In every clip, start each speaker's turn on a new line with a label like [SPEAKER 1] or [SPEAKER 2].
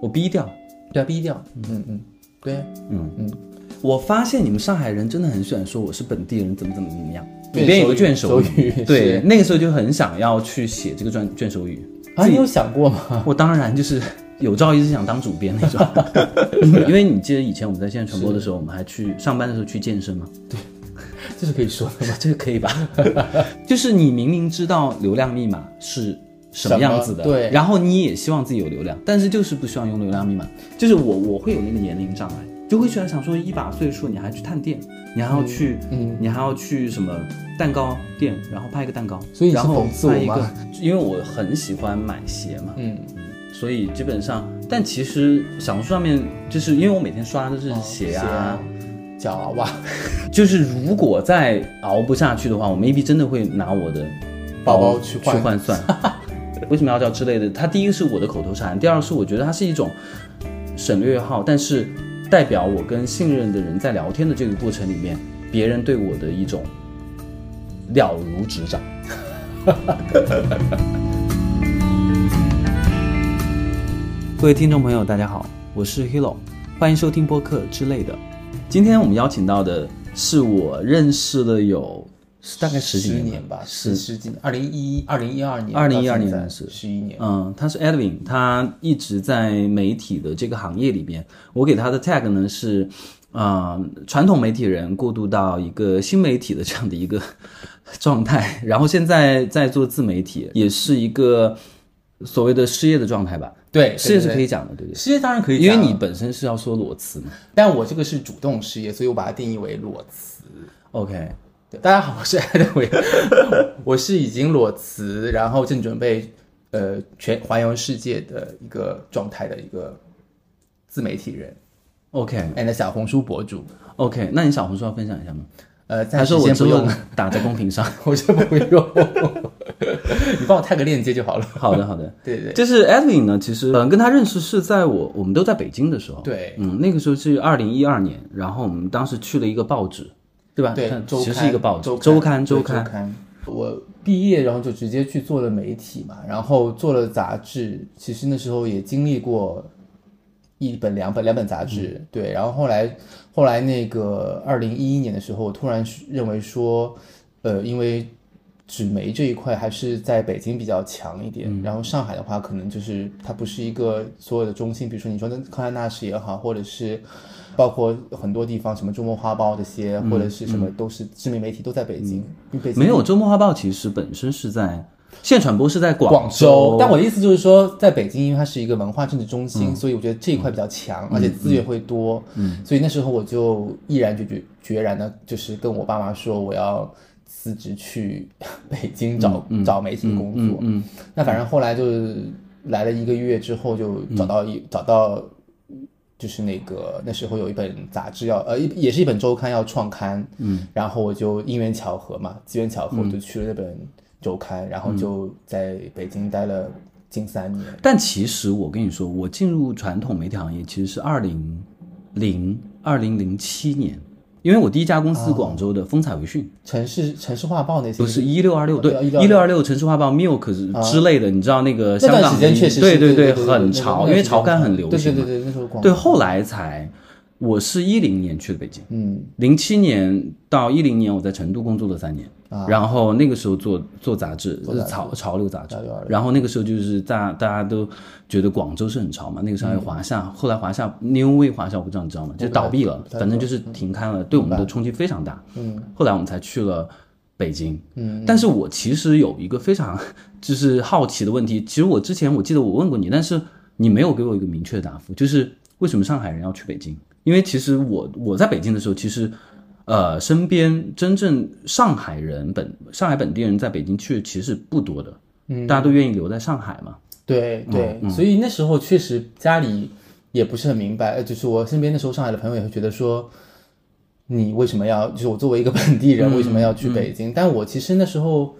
[SPEAKER 1] 我逼调，
[SPEAKER 2] 对啊，逼调，嗯嗯，对啊，
[SPEAKER 1] 嗯
[SPEAKER 2] 嗯。
[SPEAKER 1] 我发现你们上海人真的很喜欢说我是本地人，怎么怎么怎么样。
[SPEAKER 2] 对
[SPEAKER 1] 里边有个卷
[SPEAKER 2] 手
[SPEAKER 1] 首
[SPEAKER 2] 语手语
[SPEAKER 1] 对
[SPEAKER 2] 是，
[SPEAKER 1] 那个时候就很想要去写这个卷卷首语。
[SPEAKER 2] 啊，你有想过吗？
[SPEAKER 1] 我当然就是有朝一日想当主编那种， 因为你记得以前我们在线传播的时候，我们还去上班的时候去健身嘛，
[SPEAKER 2] 这是可以说的。
[SPEAKER 1] 这个可以吧？就是你明明知道流量密码是什么样子的，
[SPEAKER 2] 什么对
[SPEAKER 1] 然后你也希望自己有流量，但是就是不希望用流量密码。就是我我会有那个年龄障碍，就会喜欢想说一把岁数你还去探店，你还要去，
[SPEAKER 2] 嗯
[SPEAKER 1] 你还要去什么蛋糕店，然后拍一个蛋糕，
[SPEAKER 2] 所以你是
[SPEAKER 1] 然后
[SPEAKER 2] 讽刺我
[SPEAKER 1] 拍一
[SPEAKER 2] 吗
[SPEAKER 1] 个，因为我很喜欢买鞋嘛，
[SPEAKER 2] 嗯，
[SPEAKER 1] 所以基本上，但其实小红书上面就是因为我每天刷的都是鞋
[SPEAKER 2] 鞋
[SPEAKER 1] 啊
[SPEAKER 2] 啊，脚啊，哇，
[SPEAKER 1] 就是如果再熬不下去的话，我 maybe 真的会拿我的
[SPEAKER 2] 包包
[SPEAKER 1] 去
[SPEAKER 2] 去换
[SPEAKER 1] 换算。 为什么要叫之类的？它第一个是我的口头禅，第二个是我觉得它是一种省略号，但是代表我跟信任的人在聊天的这个过程里面，别人对我的一种了如指掌。 各位听众朋友，大家好，我是 Hilo，欢迎收听播客之类的。今天我们邀请到的是我认识了有大概十几
[SPEAKER 2] 十
[SPEAKER 1] 年了
[SPEAKER 2] 年吧，
[SPEAKER 1] 是
[SPEAKER 2] 十十几年，二零一一、二零一二年，
[SPEAKER 1] 2012年是
[SPEAKER 2] 十一年，
[SPEAKER 1] 嗯，他是 Edwin，他一直在媒体的这个行业里边。我给他的 tag 呢是，呃，传统媒体人过渡到一个新媒体的这样的一个状态，然后现在在做自媒体，也是一个所谓的失业的状态吧。
[SPEAKER 2] 对，
[SPEAKER 1] 失业是
[SPEAKER 2] 对
[SPEAKER 1] 可
[SPEAKER 2] 对
[SPEAKER 1] 以讲的，对不
[SPEAKER 2] 对
[SPEAKER 1] 对？
[SPEAKER 2] 失业当然可以
[SPEAKER 1] 因
[SPEAKER 2] 讲
[SPEAKER 1] 为
[SPEAKER 2] 啊，
[SPEAKER 1] 你本身是要说裸辞嘛。
[SPEAKER 2] 但我这个是主动失业，所以我把它定义为裸辞。
[SPEAKER 1] OK，
[SPEAKER 2] 对，大家好，我是艾德维， 我是已经裸辞，然后正准备呃全环游世界的一个状态的一个自媒体人
[SPEAKER 1] OK，OK，、
[SPEAKER 2] ，and 小红书博主。
[SPEAKER 1] 那你小红书要分享一下吗？
[SPEAKER 2] 呃，暂
[SPEAKER 1] 还
[SPEAKER 2] 时
[SPEAKER 1] 说我
[SPEAKER 2] 先
[SPEAKER 1] 只
[SPEAKER 2] 不
[SPEAKER 1] 有
[SPEAKER 2] 用，
[SPEAKER 1] 打在公屏上？
[SPEAKER 2] 我先不用，你帮我 tag 个链接就好了。
[SPEAKER 1] 好的，好的。
[SPEAKER 2] 对对对
[SPEAKER 1] 就是 Edwin 呢，其实嗯、呃跟他认识是在我我们都在北京的时候，
[SPEAKER 2] 对
[SPEAKER 1] 嗯，那个时候是二零一二年，然后我们当时去了一个报纸，对吧？
[SPEAKER 2] 对
[SPEAKER 1] 看，
[SPEAKER 2] 周
[SPEAKER 1] 其实
[SPEAKER 2] 刊
[SPEAKER 1] 是一个报纸，
[SPEAKER 2] 周
[SPEAKER 1] 周
[SPEAKER 2] 刊
[SPEAKER 1] 刊，周
[SPEAKER 2] 对周刊。我毕业然后就直接去做了媒体嘛，然后做了杂志，其实那时候也经历过一本两本两本杂志，
[SPEAKER 1] 嗯
[SPEAKER 2] 对，然后后来后来那个二零一一年的时候，我突然认为说，呃，因为纸媒这一块还是在北京比较强一点，然后上海的话，可能就是它不是一个所有的中心，比如说你说的康泰纳什也好，或者是包括很多地方什么周末花报这些，或者是什么都是知名媒体都在北京，因为北京
[SPEAKER 1] 没有周末画报，其实本身是在现传播是在
[SPEAKER 2] 广
[SPEAKER 1] 州，
[SPEAKER 2] 但我的意思就是说，在北京，因为它是一个文化政治中心，所以我觉得这一块比较强，而且资源会多。嗯，所以那时候我就毅然决决决然的，就是跟我爸妈说，我要辞职去北京找、找媒体工作。嗯，那反正后来就是来了一个月之后，就找到一、找到。就是那个那时候有一本杂志要呃一也是一本周刊要创刊，嗯，然后我就因缘巧合嘛，机缘巧合我就去了那本周刊，然后就在北京待了近三年。
[SPEAKER 1] 但其实我跟你说，我进入传统媒体行业其实是二零零二零零七年，因为我第一家公
[SPEAKER 2] 哦
[SPEAKER 1] 司是广州的风采维讯。
[SPEAKER 2] 城市城市画报那些
[SPEAKER 1] 不是一六二六，
[SPEAKER 2] 哦
[SPEAKER 1] 对
[SPEAKER 2] 对，
[SPEAKER 1] 一六二六城市画报 Milk 之类的，你知道那个
[SPEAKER 2] 啊那
[SPEAKER 1] 香港
[SPEAKER 2] 段时间确实是
[SPEAKER 1] 对
[SPEAKER 2] 呃对
[SPEAKER 1] 对，
[SPEAKER 2] 对，
[SPEAKER 1] 很
[SPEAKER 2] 潮，
[SPEAKER 1] 潮，因为潮感很流行
[SPEAKER 2] 对
[SPEAKER 1] 嘛。
[SPEAKER 2] 对对对，那时候广
[SPEAKER 1] 对，后来才，我是一零年去的北京，
[SPEAKER 2] 嗯
[SPEAKER 1] 零七年到一零年我在成都工作了三年，然后那个时候做啊做杂志，是潮潮流杂志
[SPEAKER 2] 潮流杂，
[SPEAKER 1] 然后那个时候就是大大家都觉得广州是很潮嘛，那个时候还有华夏，后来华夏 New Way 华夏我不知道你知道吗？就倒闭了，
[SPEAKER 2] 不太
[SPEAKER 1] 反正就是停刊了，对嗯我们的冲击非常大。
[SPEAKER 2] 嗯
[SPEAKER 1] 后来我们才去了北京。
[SPEAKER 2] 嗯，
[SPEAKER 1] 但是我其实有一个非常 就是好奇的问题，其实我之前我记得我问过你，但是你没有给我一个明确的答复，就是为什么上海人要去北京？因为其实我我在北京的时候，其实呃身边真正上海人本上海本地人在北京去其实不多的，嗯，大家都愿意留在上海嘛。
[SPEAKER 2] 对对，所以那时候确实家里也不是很明白，呃，就是我身边那时候上海的朋友也会觉得说，你为什么要，就是我作为一个本地人为什么要去北京？但我其实那时候，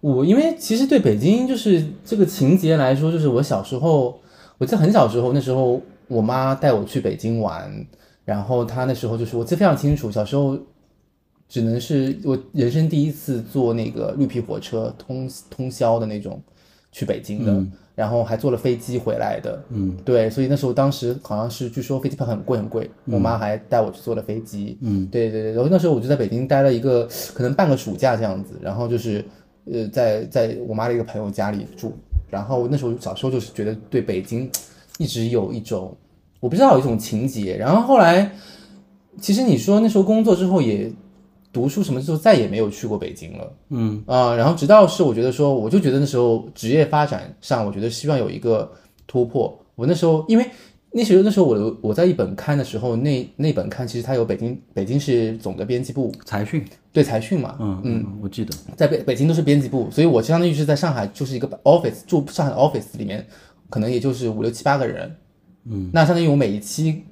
[SPEAKER 2] 我因为其实对北京就是这个情节来说，就是我小时候，我记得很小时候，那时候我妈带我去北京玩，然后她那时候就是我记得非常清楚，小时候只能是我人生第一次坐那个绿皮火车通通宵的那种去北京的。然后还坐了飞机回来的。
[SPEAKER 1] 嗯，
[SPEAKER 2] 对，所以那时候当时好像是据说飞机票很贵很贵，我妈还带我去坐了飞机。
[SPEAKER 1] 嗯，
[SPEAKER 2] 对对对，然后那时候我就在北京待了一个可能半个暑假这样子，然后就是呃在在我妈的一个朋友家里住，然后那时候小时候就是觉得对北京一直有一种我不知道有一种情结，然后后来其实你说那时候工作之后也读书什么之后再也没有去过北京了。
[SPEAKER 1] 嗯
[SPEAKER 2] 啊、然后直到是我觉得说，我就觉得那时候职业发展上，我觉得希望有一个突破。我那时候因为那时候那时候我的我在一本刊的时候，那那本刊其实它有北京北京市总的编辑部
[SPEAKER 1] 财讯，
[SPEAKER 2] 对财讯嘛，
[SPEAKER 1] 嗯嗯，我记得，
[SPEAKER 2] 在北北京都是编辑部，所以我相当于是在上海就是一个 office 住上海的 office 里面，可能也就是五六七八个人，嗯，那相当于我每一期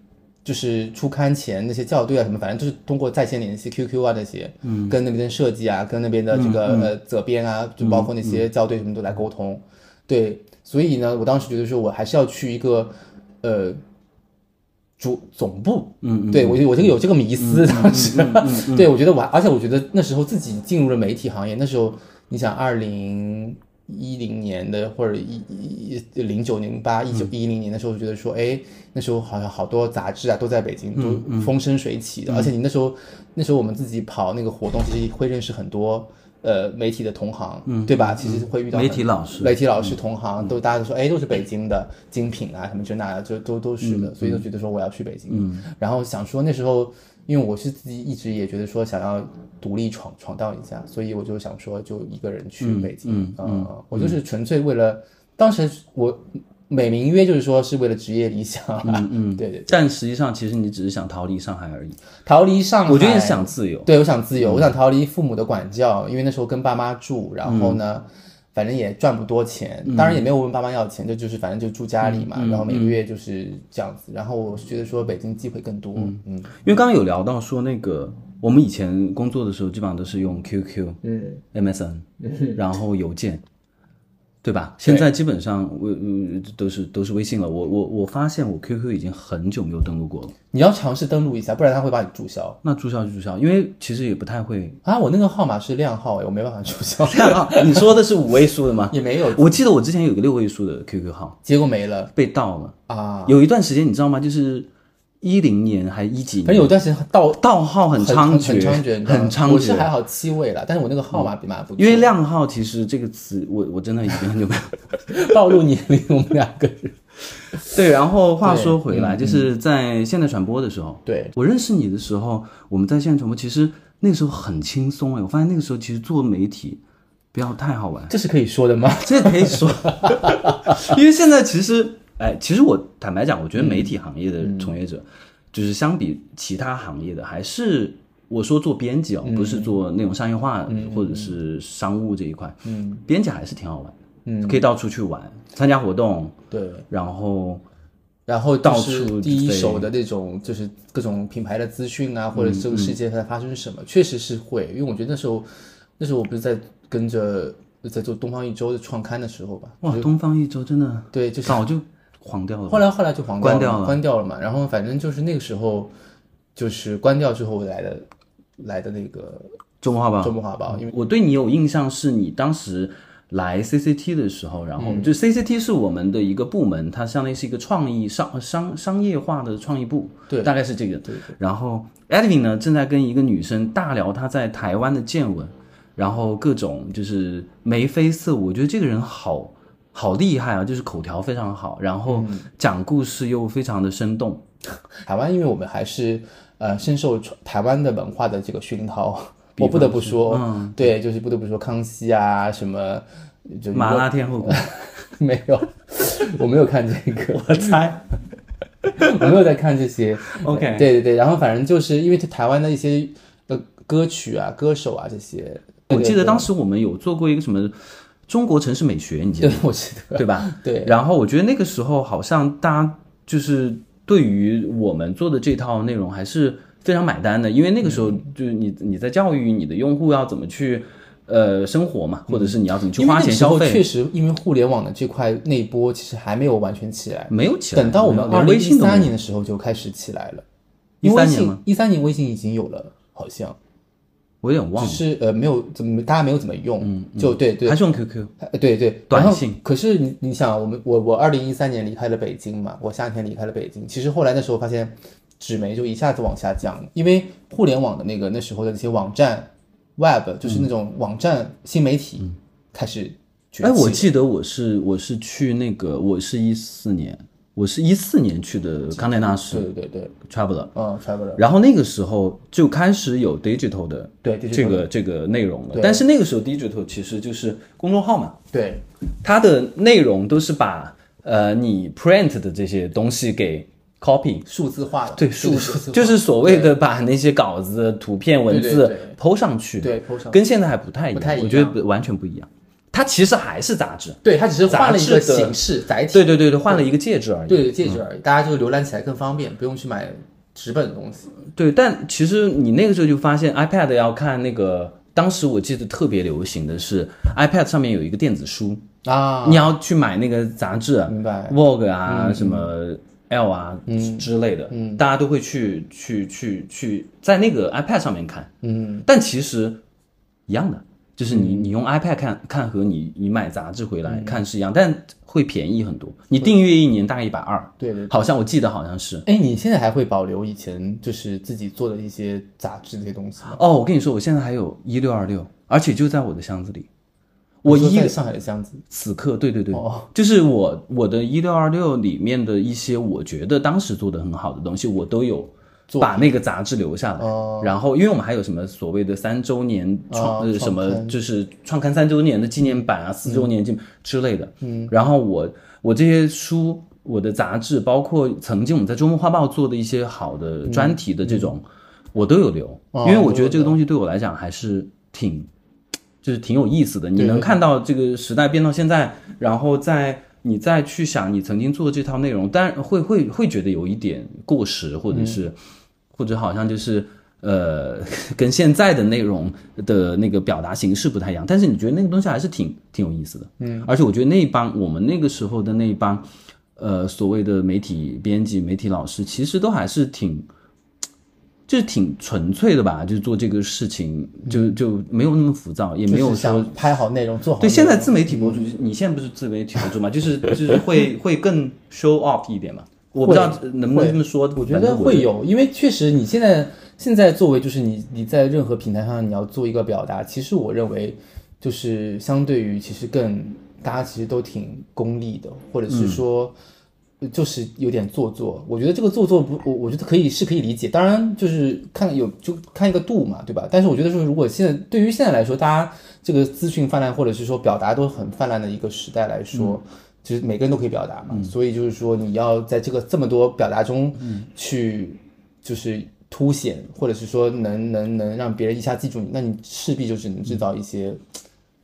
[SPEAKER 2] 就是出刊前那些校对啊什么，反正就是通过在线联系 QQ 啊这些，嗯，跟那边的设计啊，跟那边的这个、呃责编啊，就包括那些校对什么都来沟通，对，所以呢，我当时觉得说我还是要去一个呃主总部，
[SPEAKER 1] 嗯嗯，
[SPEAKER 2] 对我我这个有这个迷思，当时， 对我觉得我还，而且我觉得那时候自己进入了媒体行业，那时候你想二零一零年的或者一一零九零八一九
[SPEAKER 1] 嗯
[SPEAKER 2] 一零年的时候，我觉得说，哎，那时候好像好多杂志啊都在北京
[SPEAKER 1] 嗯
[SPEAKER 2] 都风生水起的，而且你那时候那时候我们自己跑那个活动，其实会认识很多。呃，媒体的同行，对吧？其实会遇到
[SPEAKER 1] 嗯媒
[SPEAKER 2] 很
[SPEAKER 1] 体老师
[SPEAKER 2] 媒体老师同
[SPEAKER 1] 嗯
[SPEAKER 2] 行都大家都说，哎，都是北京的精品啊，什么这那的，就都都是
[SPEAKER 1] 嗯
[SPEAKER 2] 的，所以就觉得说我要去北京。然后想说那时候，因为我是自己一直也觉得说想要独立闯闯荡一下，所以我就想说就一个人去北京。
[SPEAKER 1] 嗯嗯
[SPEAKER 2] 呃我就是纯粹为了当时我美名曰就是说是为了职业理想啦。嗯， 对对，
[SPEAKER 1] 但实际上其实你只是想逃离上海而已。
[SPEAKER 2] 逃离上海，
[SPEAKER 1] 我觉得你是想自由，
[SPEAKER 2] 对，我想自
[SPEAKER 1] 嗯
[SPEAKER 2] 由，我想逃离父母的管教，因为那时候跟爸妈住，然
[SPEAKER 1] 嗯
[SPEAKER 2] 后呢，反正也赚不多钱，当然也没有问爸妈要钱，这就是反正就住家里嘛，
[SPEAKER 1] 嗯
[SPEAKER 2] 然后每个月就是这样子。然后我是觉得说北京机会更多，嗯
[SPEAKER 1] 因为刚刚有聊到说那个我们以前工作的时候基本上都是用 QQ，
[SPEAKER 2] 嗯
[SPEAKER 1] MSN，然后邮件，对吧？现在基本上我、嗯都是都是微信了。我我我发现我 QQ 已经很久没有登录过了。
[SPEAKER 2] 你要尝试登录一下，不然他会把你注销
[SPEAKER 1] 那注销就注销，因为其实也不太会。哦啊
[SPEAKER 2] 啊！我那个号码是靓号哎，我没办法注 销，
[SPEAKER 1] 你说的是五位数的吗？
[SPEAKER 2] 也没有，
[SPEAKER 1] 我记得我之前有个六位数的 QQ 号
[SPEAKER 2] 结果没了
[SPEAKER 1] 被盗了，
[SPEAKER 2] 啊！
[SPEAKER 1] 有一段时间你知道吗？就是一零年还一几
[SPEAKER 2] 反正
[SPEAKER 1] 年，
[SPEAKER 2] 有段时间盗
[SPEAKER 1] 盗号嗯很猖獗，
[SPEAKER 2] 很猖獗，你知道吗
[SPEAKER 1] 很猖
[SPEAKER 2] 我是还
[SPEAKER 1] 獗。嗯
[SPEAKER 2] 好七位了，但是我那个号码比蛮不错，
[SPEAKER 1] 因为靓号其实这个词，我我真的已经很久 没有
[SPEAKER 2] 暴露年龄，我们两个人
[SPEAKER 1] 对，然后话说回
[SPEAKER 2] 嗯
[SPEAKER 1] 来，就是在现代传播的时候，
[SPEAKER 2] 对
[SPEAKER 1] 我认识你的时候，我们在现代传播其实那时候很轻松哎，我发现那个时候其实做媒体不要太好玩，
[SPEAKER 2] 这是可以说的吗？
[SPEAKER 1] 这可以说，因为现在其实哎，其实我坦白讲，我觉
[SPEAKER 2] 嗯
[SPEAKER 1] 得媒体行业的从业者，就是相比其他行业的，还是我说做编辑哦，
[SPEAKER 2] 嗯
[SPEAKER 1] 不是做内容商业化、或者是商务这一块，
[SPEAKER 2] 嗯，
[SPEAKER 1] 编辑还是挺好玩的，
[SPEAKER 2] 嗯，
[SPEAKER 1] 可以到处去玩，参加活动，
[SPEAKER 2] 对。
[SPEAKER 1] 然后。
[SPEAKER 2] 然后
[SPEAKER 1] 到
[SPEAKER 2] 就是
[SPEAKER 1] 处
[SPEAKER 2] 第一
[SPEAKER 1] 飞
[SPEAKER 2] 手的那种，就是各种品牌的资讯
[SPEAKER 1] 嗯
[SPEAKER 2] 啊，或者这个世界在发生什么，确实是会。因为我觉得那时候，那时候我不是在跟着在做《东方一周》的创刊的时候吧，
[SPEAKER 1] 哇，东方一周真的
[SPEAKER 2] 对，就是
[SPEAKER 1] 早就黄掉了。
[SPEAKER 2] 后来后来就黄
[SPEAKER 1] 关
[SPEAKER 2] 掉
[SPEAKER 1] 掉
[SPEAKER 2] 了，
[SPEAKER 1] 了
[SPEAKER 2] 关掉了嘛。然后反正就是那个时候，就是关掉之后我来的来的那个
[SPEAKER 1] 周末好不
[SPEAKER 2] 周
[SPEAKER 1] 好？
[SPEAKER 2] 末画报，因为
[SPEAKER 1] 我对你有印象是你当时来 CCT 的时候，然后
[SPEAKER 2] 嗯
[SPEAKER 1] 就 CCT 是我们的一个部门，它相当于是一个创意商商商业化的创意部，
[SPEAKER 2] 对
[SPEAKER 1] 大概是这个。然后 Edwin 呢正在跟一个女生大聊她在台湾的见闻，然后各种就是眉飞色舞，我觉得这个人好好厉害啊，就是口条非常好，然后
[SPEAKER 2] 嗯
[SPEAKER 1] 讲故事又非常的生动。
[SPEAKER 2] 台湾，因为我们还是呃深受传台湾的文化的这个熏陶，我不得不说，
[SPEAKER 1] 嗯
[SPEAKER 2] 对，就是不得不说康熙啊什么。就
[SPEAKER 1] 麻辣天后宫，
[SPEAKER 2] 没有， 我没有看这个，
[SPEAKER 1] 我 猜。
[SPEAKER 2] 我没有在看这些。
[SPEAKER 1] OK，
[SPEAKER 2] 对对对，然后反正就是因为台湾的一些呃歌曲啊、歌手啊这些，
[SPEAKER 1] 我记得当时我们有做过一个什么中国城市美学，你记得
[SPEAKER 2] 对，我记得，
[SPEAKER 1] 对吧？
[SPEAKER 2] 对，
[SPEAKER 1] 然后我觉得那个时候好像大家就是对于我们做的这套内容还是非常买单的，因为那个时
[SPEAKER 2] 嗯
[SPEAKER 1] 候就是你你在教育你的用户要怎么去呃生活嘛，或者是你要怎么去
[SPEAKER 2] 嗯因为
[SPEAKER 1] 花
[SPEAKER 2] 那个
[SPEAKER 1] 钱
[SPEAKER 2] 时
[SPEAKER 1] 消
[SPEAKER 2] 候
[SPEAKER 1] 费，
[SPEAKER 2] 确实因为互联网的这块内波其实还没有完全起来，
[SPEAKER 1] 没有起来。
[SPEAKER 2] 等到我们
[SPEAKER 1] 没有
[SPEAKER 2] 二
[SPEAKER 1] 连
[SPEAKER 2] 零
[SPEAKER 1] 微
[SPEAKER 2] 一
[SPEAKER 1] 信都没
[SPEAKER 2] 三
[SPEAKER 1] 有
[SPEAKER 2] 年的时候就开始起来了。
[SPEAKER 1] 13
[SPEAKER 2] 因为微
[SPEAKER 1] 年
[SPEAKER 2] 信
[SPEAKER 1] 吗
[SPEAKER 2] 一三年微信已经有了，好像
[SPEAKER 1] 我有点忘了，
[SPEAKER 2] 只是呃没有怎么大家没有怎么用，就对对
[SPEAKER 1] 还是用 QQ。
[SPEAKER 2] 呃对对，
[SPEAKER 1] 短
[SPEAKER 2] 然后
[SPEAKER 1] 信
[SPEAKER 2] 可是你你想，我们我我二零一三年离开了北京嘛，我夏天离开了北京。其实后来那时候发现，纸媒就一下子往下降了，因为互联网的那个那时候的那些网站，Web 就是那种网站新媒体、开始崛
[SPEAKER 1] 嗯哎，
[SPEAKER 2] 起。
[SPEAKER 1] 我记得我是我是去那个，我是一四年，我是一四年去的康奈纳
[SPEAKER 2] 对
[SPEAKER 1] 市
[SPEAKER 2] 对对对，
[SPEAKER 1] Traveler，
[SPEAKER 2] 嗯，Traveler，
[SPEAKER 1] 然后那个时候就开始有 digital 的
[SPEAKER 2] 对对
[SPEAKER 1] 这个这个内容了
[SPEAKER 2] 对，
[SPEAKER 1] 但是那个时候 digital 其实就是公众号嘛，
[SPEAKER 2] 对
[SPEAKER 1] 它的内容都是把呃你 print 的这些东西给 copy。
[SPEAKER 2] 数字化的，
[SPEAKER 1] 对，
[SPEAKER 2] 数
[SPEAKER 1] 数
[SPEAKER 2] 字
[SPEAKER 1] 就是所谓
[SPEAKER 2] 对
[SPEAKER 1] 的把那些稿子、图片、文
[SPEAKER 2] 对
[SPEAKER 1] 字
[SPEAKER 2] 对对
[SPEAKER 1] 抛上去，
[SPEAKER 2] 对 po 上
[SPEAKER 1] 跟现在还不太一
[SPEAKER 2] 不太一
[SPEAKER 1] 样，
[SPEAKER 2] 样
[SPEAKER 1] 我觉得不完全不一样。它其实还是杂志，
[SPEAKER 2] 对，它只是换了一
[SPEAKER 1] 杂
[SPEAKER 2] 个
[SPEAKER 1] 志的
[SPEAKER 2] 形式载体，
[SPEAKER 1] 对对对对，换了一个介质而已。
[SPEAKER 2] 对对介质而已，大家就浏览起来更方便，不用去买纸本的东西。
[SPEAKER 1] 对，但其实你那个时候就发现 iPad 要看那个，当时我记得特别流行的是 iPad 上面有一个电子书，
[SPEAKER 2] 啊，
[SPEAKER 1] 你要去买那个杂志啊
[SPEAKER 2] 明白
[SPEAKER 1] ，Vogue 啊，
[SPEAKER 2] 嗯
[SPEAKER 1] 什么 L 啊、之类的，大家都会去去去去在那个 iPad 上面看，嗯，但其实一样的。就是你，
[SPEAKER 2] 嗯
[SPEAKER 1] 你用 iPad 看看和你你买杂志回来看是一样，但会便宜很多。你订阅一年大概一百二，
[SPEAKER 2] 对对。
[SPEAKER 1] 好像我记得好像是，
[SPEAKER 2] 哎，你现在还会保留以前就是自己做的一些杂志这些东西吗？
[SPEAKER 1] 哦，我跟你说，我现在还有一六二六，而且就在我的箱子里。我
[SPEAKER 2] 你说
[SPEAKER 1] 一
[SPEAKER 2] 在上海的箱子，哦
[SPEAKER 1] 此刻，对对对，就是我我的一六二六里面的一些我觉得当时做的很好的东西，我都有把那个杂志留下来。然后，因为我们还有什么所谓的三周年创、
[SPEAKER 2] 哦
[SPEAKER 1] 呃
[SPEAKER 2] 创
[SPEAKER 1] 什么，就是创刊三周年的纪念版啊，四周年纪之类的。嗯，然后我我这些书。我的杂志，包括曾经我们在周末画报做的一些好的专题的这种，我嗯都有留，
[SPEAKER 2] 哦
[SPEAKER 1] 因为我觉得这个东西对我来讲还是挺就是挺有意思的。你能看到这个时代变到现在，然后再你再去想你曾经做的这套内容，但会会会觉得有一点过时，或者是、或者好像就是呃跟现在的内容的那个表达形式不太一样。但是你觉得那个东西还是挺挺有意思的，嗯。而且我觉得那一帮我们那个时候的那一帮。呃，所谓的媒体编辑、媒体老师，其实都还是挺就是挺纯粹的吧，就是做这个事情，就就没有那么浮躁，也没
[SPEAKER 2] 嗯就
[SPEAKER 1] 有
[SPEAKER 2] 是
[SPEAKER 1] 说。
[SPEAKER 2] 想拍好内容，做好内容。
[SPEAKER 1] 对，现在自媒体博主，你现在不是自媒体博主嘛，就是就是 会会更 show off 一点嘛。我不知道能不能这么说，
[SPEAKER 2] 我觉
[SPEAKER 1] 反
[SPEAKER 2] 得
[SPEAKER 1] 正
[SPEAKER 2] 会有，因为确实你现在现在作为就是你你在任何平台上你要做一个表达，其实我认为就是相对于其实更大家其实都挺功利的，或者是说。就是有点做作，我觉得这个做作不，我我觉得可以是可以理解，当然就是看有就看一个度嘛，对吧？但是我觉得说，如果现在对于现在来说，大家这个资讯泛滥，或者是说表达都很泛滥的一个时代来说，就是每个人都可以表达嘛，
[SPEAKER 1] 嗯
[SPEAKER 2] 所以就是说你要在这个这么多表达中去就是凸显，或者是说能能能让别人一下记住你，那你势必就只能制造一些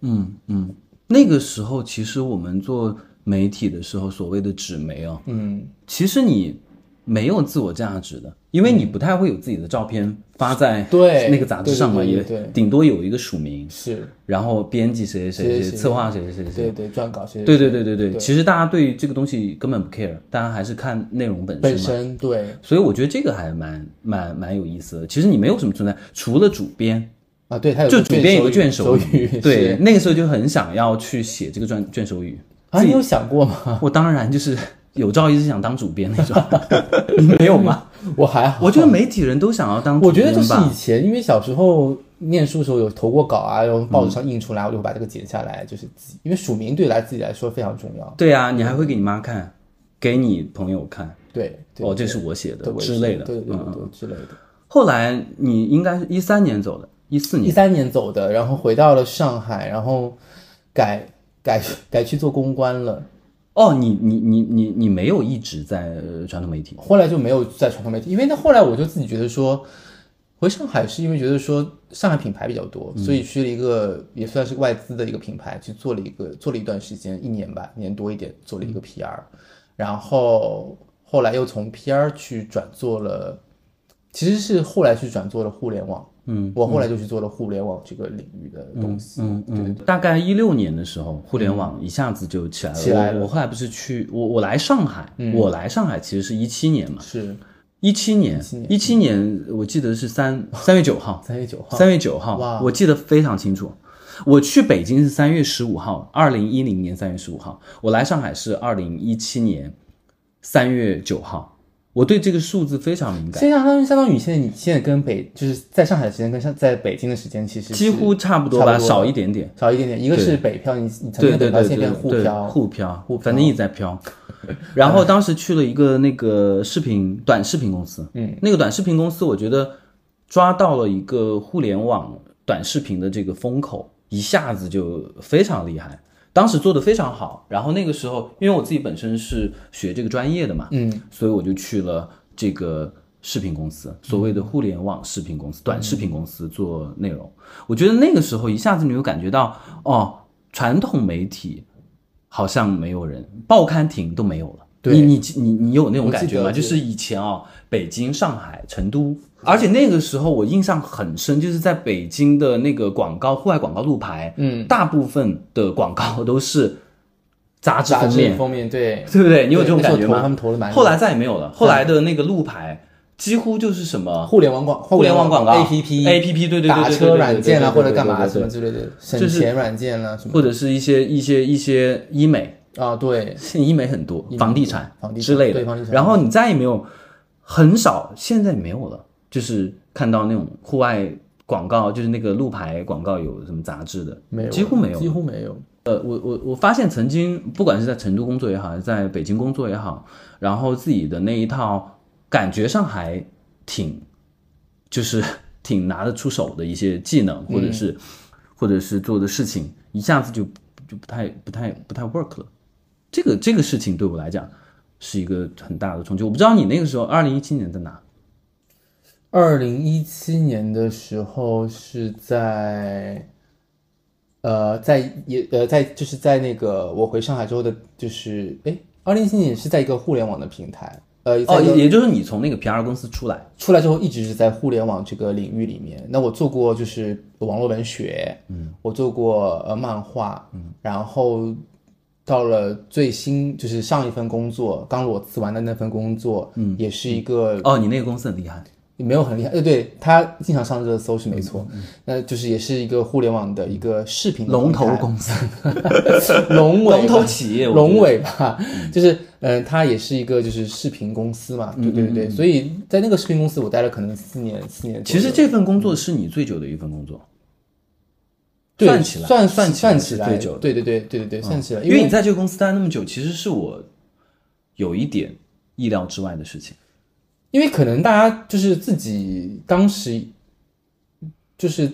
[SPEAKER 1] 嗯嗯，那个时候其实我们做媒体的时候，所谓的纸媒哦，
[SPEAKER 2] 嗯
[SPEAKER 1] 其实你没有自我价值的，因为你不太会有自己的照片发在
[SPEAKER 2] 嗯对
[SPEAKER 1] 那个杂志上嘛，
[SPEAKER 2] 对对
[SPEAKER 1] 也
[SPEAKER 2] 对对
[SPEAKER 1] 顶多有一个署名，
[SPEAKER 2] 是
[SPEAKER 1] 然后编辑谁谁
[SPEAKER 2] 谁
[SPEAKER 1] 谁，
[SPEAKER 2] 谁
[SPEAKER 1] 策划谁谁谁。
[SPEAKER 2] 对对撰稿谁
[SPEAKER 1] 对对对对对，
[SPEAKER 2] 对
[SPEAKER 1] 其实大家对这个东西根本不 care，大家还是看内容本身
[SPEAKER 2] 本
[SPEAKER 1] 嘛。
[SPEAKER 2] 身对
[SPEAKER 1] 所以我觉得这个还蛮蛮蛮有意思的。其实你没有什么存在，除了主编，
[SPEAKER 2] 啊对，他有
[SPEAKER 1] 就主编有个卷手
[SPEAKER 2] 手语，
[SPEAKER 1] 语，
[SPEAKER 2] 是
[SPEAKER 1] 对，那个时候就很想要去写这个卷卷手语。
[SPEAKER 2] 啊，你有想过 吗？
[SPEAKER 1] 我当然就是有朝一日想当主编那种， 你没有吗？
[SPEAKER 2] 我还好，
[SPEAKER 1] 我觉得媒体人都想要当主
[SPEAKER 2] 我觉
[SPEAKER 1] 编吧，
[SPEAKER 2] 得就是以前，因为小时候念书的时候有投过稿啊，然后报纸上印出来，我就会把这个截下来，就是自己，因为署名对来自己来说非常重要。
[SPEAKER 1] 对啊，你还会给你妈看，给你朋友看，
[SPEAKER 2] 对，对
[SPEAKER 1] 哦，这是我写的
[SPEAKER 2] 对我也
[SPEAKER 1] 之类的，
[SPEAKER 2] 对对
[SPEAKER 1] 嗯
[SPEAKER 2] 对对之类的。
[SPEAKER 1] 后来你应该是一三年走的，一四
[SPEAKER 2] 一
[SPEAKER 1] 年，
[SPEAKER 2] 三年走的，然后回到了上海，然后改改改去做公关了，
[SPEAKER 1] 哦，你你你你你没有一直在呃传统媒体，
[SPEAKER 2] 后来就没有在传统媒体，因为那后来我就自己觉得说。回上海是因为觉得说上海品牌比较多，
[SPEAKER 1] 嗯
[SPEAKER 2] 所以去了一个也算是外资的一个品牌去做了一个做了一段时间，一年吧，一年多一点做了
[SPEAKER 1] 嗯
[SPEAKER 2] 一个 PR，、然后后来又从 PR 去转做了，其实是后来去转做了互联网，嗯，我后来就去做了互联网这个领域的东西，
[SPEAKER 1] 嗯嗯，大概一六年的时候，互联网一下子就起来了。嗯
[SPEAKER 2] 起来了
[SPEAKER 1] 我我后来不是去我我来上海，我来上海其实是一七年嘛，
[SPEAKER 2] 是
[SPEAKER 1] 一七年，一七年我记得是三三月九号，
[SPEAKER 2] 三月九号，
[SPEAKER 1] 三月九号，我记得非常清楚。我去北京是三月十五号，二零一零年三月十五号。我来上海是二零一七年三月九号。我对这个数字非常敏感。
[SPEAKER 2] 现在相当于相当于现在你现在跟北就是在上海的时间跟上在北京的时间其实
[SPEAKER 1] 几乎差不多吧，少一点点，
[SPEAKER 2] 少一点点。一个是北漂，你你曾经北漂现在互漂，
[SPEAKER 1] 互
[SPEAKER 2] 漂，
[SPEAKER 1] 反正一直在 漂。然后当时去了一个那个视频短视频公司，
[SPEAKER 2] 嗯，
[SPEAKER 1] 那个短视频公司我觉得抓到了一个互联网短视频的这个风口，一下子就非常厉害。当时做的非常好，然后那个时候，因为我自己本身是学这个专业的嘛，
[SPEAKER 2] 嗯，
[SPEAKER 1] 所以我就去了这个视频公司，所
[SPEAKER 2] 嗯
[SPEAKER 1] 谓的互联网视频公司、短视频公司做内容。我觉得那个时候一下子你就感觉到，哦，传统媒体好像没有人，报刊亭都没有了。
[SPEAKER 2] 对
[SPEAKER 1] 你你你你有那种感觉
[SPEAKER 2] 我
[SPEAKER 1] 吗？
[SPEAKER 2] 记得
[SPEAKER 1] 就是以前啊、北京、上海、成都，而且那个时候我印象很深，就是在北京的那个广告、户外广告路牌，
[SPEAKER 2] 嗯，
[SPEAKER 1] 大部分的广告都是杂志
[SPEAKER 2] 杂
[SPEAKER 1] 封
[SPEAKER 2] 志
[SPEAKER 1] 面，
[SPEAKER 2] 封面对，
[SPEAKER 1] 对不对？你有这种感觉
[SPEAKER 2] 对那时候投他们
[SPEAKER 1] 吗？
[SPEAKER 2] 投了蛮多
[SPEAKER 1] 后来再也没有了，后来的那个路牌几乎就是什么
[SPEAKER 2] 互联网广
[SPEAKER 1] 互联网广告
[SPEAKER 2] A P P
[SPEAKER 1] APP 对对对对
[SPEAKER 2] 打
[SPEAKER 1] 对对对对
[SPEAKER 2] 车软件啦，啊
[SPEAKER 1] 对对对
[SPEAKER 2] 或者干
[SPEAKER 1] 对
[SPEAKER 2] 嘛
[SPEAKER 1] 对
[SPEAKER 2] 什
[SPEAKER 1] 对
[SPEAKER 2] 么之类的，省
[SPEAKER 1] 就是
[SPEAKER 2] 钱软件啦什么
[SPEAKER 1] 或者是一些一些一些医美，
[SPEAKER 2] 啊，对，
[SPEAKER 1] 现在医美很多，房地产、
[SPEAKER 2] 房地产
[SPEAKER 1] 之类的
[SPEAKER 2] 对房地产
[SPEAKER 1] 然后你再也没有，很少，现在也没有了，就是看到那种户外广告，就是那个路牌广告有什么杂志的，
[SPEAKER 2] 没有，
[SPEAKER 1] 几乎没有，
[SPEAKER 2] 几乎没有，
[SPEAKER 1] 呃，我我我发现曾经不管是在成都工作也好，还是在北京工作也好，然后自己的那一套感觉上还挺，就是 挺拿得出手的一些技能，或者是、或者是做的事情，一下子就就不太不太不太 work 了。这个这个事情对我来讲是一个很大的冲击。我不知道你那个时候二零一七年在哪？
[SPEAKER 2] 二零一七年的时候是在，呃，在也呃在就是在那个我回上海之后的，就是哎，二零一七年是在一个互联网的平台，呃，在
[SPEAKER 1] 哦，
[SPEAKER 2] 一个
[SPEAKER 1] 也也就是你从那个 PR 公司出来，
[SPEAKER 2] 出来之后一直是在互联网这个领域里面。那我做过就是网络文学，嗯，我做过呃漫画，嗯，然后到了最新就是上一份工作刚裸辞完的那份工作，嗯，也是一个
[SPEAKER 1] 哦，你那个公司很厉害，
[SPEAKER 2] 也没有很厉害，呃，对，他经常上热搜是没错，那就是也是一个互联网的一个视频的
[SPEAKER 1] 龙头
[SPEAKER 2] 平台
[SPEAKER 1] 公司，
[SPEAKER 2] 龙尾吧
[SPEAKER 1] 龙头企业我觉得
[SPEAKER 2] 龙尾吧，就是嗯，它也是一个就是视频公司嘛，
[SPEAKER 1] 嗯
[SPEAKER 2] 对对对，所以在那个视频公司我待了可能四年四年左
[SPEAKER 1] 其实
[SPEAKER 2] 右，
[SPEAKER 1] 这份工作是你最久的一份工作，
[SPEAKER 2] 对
[SPEAKER 1] 算起来
[SPEAKER 2] 算
[SPEAKER 1] 算起来
[SPEAKER 2] 算
[SPEAKER 1] 是
[SPEAKER 2] 起来
[SPEAKER 1] 最久的
[SPEAKER 2] 对对对对对对算起来，
[SPEAKER 1] 因为你在这个公司待那么久，其实是我有一点意料之外的事情。
[SPEAKER 2] 因为可能大家就是自己当时就是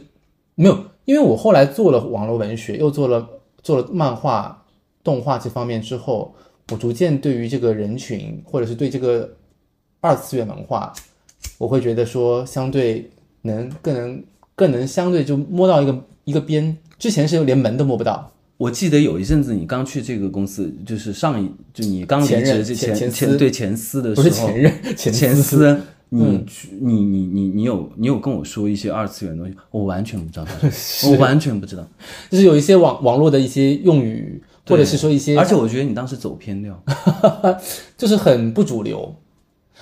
[SPEAKER 2] 没有，因为我后来做了网络文学，又做了做了漫画、动画这方面之后，我逐渐对于这个人群，或者是对这个二次元文化，我会觉得说相对能更能更能相对就摸到一个一个边，之前是连门都摸不到。
[SPEAKER 1] 我记得有一阵子你刚去这个公司，就是上一就你刚离
[SPEAKER 2] 前任
[SPEAKER 1] 职这
[SPEAKER 2] 前
[SPEAKER 1] 前
[SPEAKER 2] 前司
[SPEAKER 1] 对前司的时
[SPEAKER 2] 不
[SPEAKER 1] 候，
[SPEAKER 2] 是前任，前
[SPEAKER 1] 前
[SPEAKER 2] 司
[SPEAKER 1] 司，你去你你你你有你有跟我说一些二次元的东西，我完全不知道它是 什么，我完全不知道，
[SPEAKER 2] 就是有一些网网络的一些用语，或者是说一些
[SPEAKER 1] 而且我觉得你当时走偏掉。
[SPEAKER 2] 就是很不主流，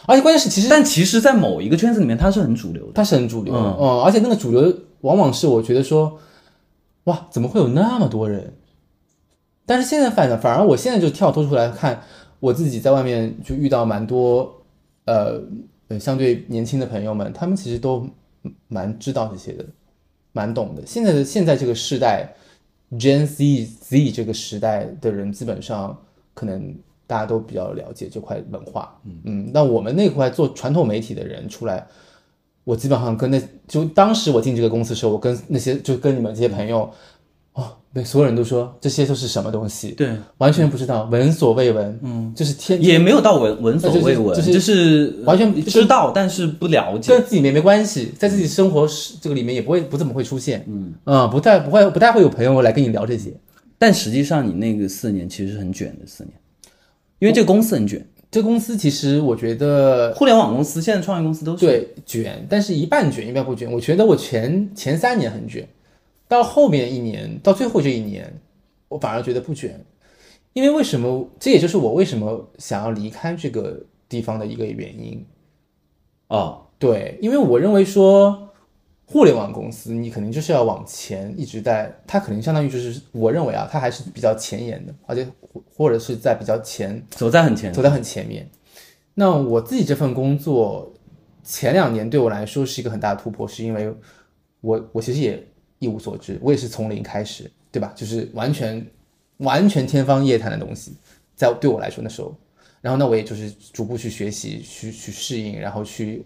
[SPEAKER 2] 而且关键是其实
[SPEAKER 1] 但其实，在某一个圈子里面，它是很主流的。
[SPEAKER 2] 它是很主流，嗯而且那个主流往往是我觉得说，哇，怎么会有那么多人？但是现在反正反而我现在就跳脱出来看，我自己在外面就遇到蛮多，呃，呃相对年轻的朋友们，他们其实都蛮知道这些的，蛮懂的。现在的现在这个时代，Gen Z Z 这个时代的人，基本上可能大家都比较了解这块文化。嗯，那我们那块做传统媒体的人出来，我基本上跟那就当时我进这个公司的时候，我跟那些就跟你们这些朋友，哦，对，所有人都说这些都是什么东西，
[SPEAKER 1] 对，
[SPEAKER 2] 完全不知道，闻所未闻。嗯，就是天
[SPEAKER 1] 也没有到闻闻所未闻，
[SPEAKER 2] 呃就是
[SPEAKER 1] 是
[SPEAKER 2] 完全就是
[SPEAKER 1] 知道，但是不了解。
[SPEAKER 2] 跟自己没没关系，在自己生活是这个里面也不会不怎么会出现，嗯不太不会不太会有朋友来跟你聊这些。
[SPEAKER 1] 但实际上，你那个四年其实是很卷的四年，因为这个公司很卷，
[SPEAKER 2] 这公司其实我觉得
[SPEAKER 1] 互联网公司现在创业公司都是。
[SPEAKER 2] 对卷，但是一半卷一半不卷。我觉得我前前三年很卷，到后面一年到最后这一年，我反而觉得不卷，因为为什么？这也就是我为什么想要离开这个地方的一个原因。
[SPEAKER 1] 哦，
[SPEAKER 2] 对，因为我认为说，互联网公司你肯定就是要往前一直在，它肯定相当于就是我认为啊，它还是比较前沿的，而且或或者是在比较前
[SPEAKER 1] 走在很前
[SPEAKER 2] 走，在很前面。那我自己这份工作，前两年对我来说是一个很大的突破，是因为我我其实也一无所知，我也是从零开始，对吧？就是完全完全天方夜谭的东西，在对我来说那时候，然后那我也就是逐步去学习，去去适应，然后去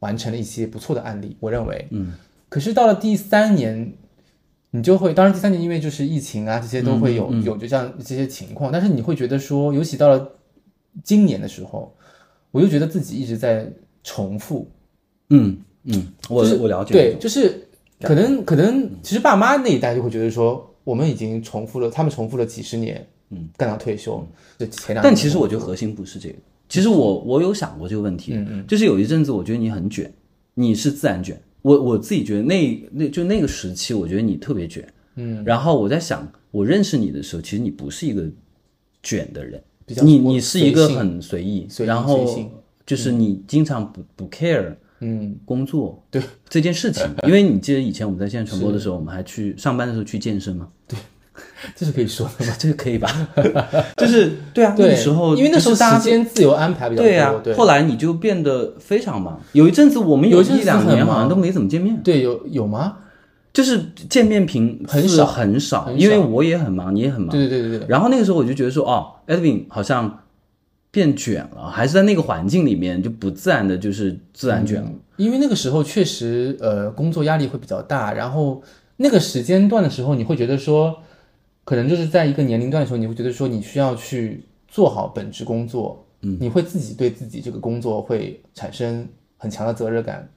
[SPEAKER 2] 完成了一些不错的案例，我认为，嗯。可是到了第三年，你就会，当然第三年因为就是疫情啊，这些都会有、
[SPEAKER 1] 嗯
[SPEAKER 2] 有就像这些情况，但是你会觉得说，尤其到了今年的时候，我就觉得自己一直在重复，
[SPEAKER 1] 嗯嗯，我
[SPEAKER 2] 就是
[SPEAKER 1] 我了解，
[SPEAKER 2] 对，就是可能可能
[SPEAKER 1] 嗯
[SPEAKER 2] 其实爸妈那一代就会觉得说，我们已经重复了，他们重复了几十年，嗯，干到退休，就前两年，
[SPEAKER 1] 但其实我觉得核心不是这个。其实我
[SPEAKER 2] 嗯
[SPEAKER 1] 我有想过这个问题，就是有一阵子我觉得你很卷，你是自然卷。我我自己觉得那那就那个时期，我觉得你特别卷。嗯，然后我在想，我认识你的时候，其实你不是一个卷的人
[SPEAKER 2] 比，较
[SPEAKER 1] 你
[SPEAKER 2] 我
[SPEAKER 1] 你是一个很随意，
[SPEAKER 2] 随性
[SPEAKER 1] 然
[SPEAKER 2] 随性
[SPEAKER 1] 后就是你经常不不 care
[SPEAKER 2] 嗯，
[SPEAKER 1] 工作
[SPEAKER 2] 对
[SPEAKER 1] 这件事情，因为你记得以前我们在线传播的时候，我们还去上班的时候去健身 嘛，
[SPEAKER 2] 这是可以说的，
[SPEAKER 1] 这个可以吧？ 就是对啊，那
[SPEAKER 2] 对，
[SPEAKER 1] 个时候
[SPEAKER 2] 因为那时候
[SPEAKER 1] 就是
[SPEAKER 2] 时
[SPEAKER 1] 大家
[SPEAKER 2] 间自由安排比较
[SPEAKER 1] 对啊呀、
[SPEAKER 2] 多，对。
[SPEAKER 1] 后来你就变得非常忙。有一阵子，我们有
[SPEAKER 2] 有一阵
[SPEAKER 1] 一
[SPEAKER 2] 子
[SPEAKER 1] 两
[SPEAKER 2] 很
[SPEAKER 1] 年好像
[SPEAKER 2] 忙
[SPEAKER 1] 都没怎么见面，
[SPEAKER 2] 对，有有吗？
[SPEAKER 1] 就是见面频
[SPEAKER 2] 很
[SPEAKER 1] 次
[SPEAKER 2] 少
[SPEAKER 1] 很少，
[SPEAKER 2] 很
[SPEAKER 1] 因为我也很忙，你也很忙。
[SPEAKER 2] 对对对对对，
[SPEAKER 1] 然后那个时候我就觉得说，哦，Edwin 好像变卷了，还是在那个环境里面就不自然的，就是自然
[SPEAKER 2] 嗯
[SPEAKER 1] 卷了。
[SPEAKER 2] 因为那个时候确实，呃，工作压力会比较大，然后那个时间段的时候，你会觉得说，可能就是在一个年龄段的时候，你会觉得说，你需要去做好本职工作，嗯，你会自己对自己这个工作会产生很强的责任感，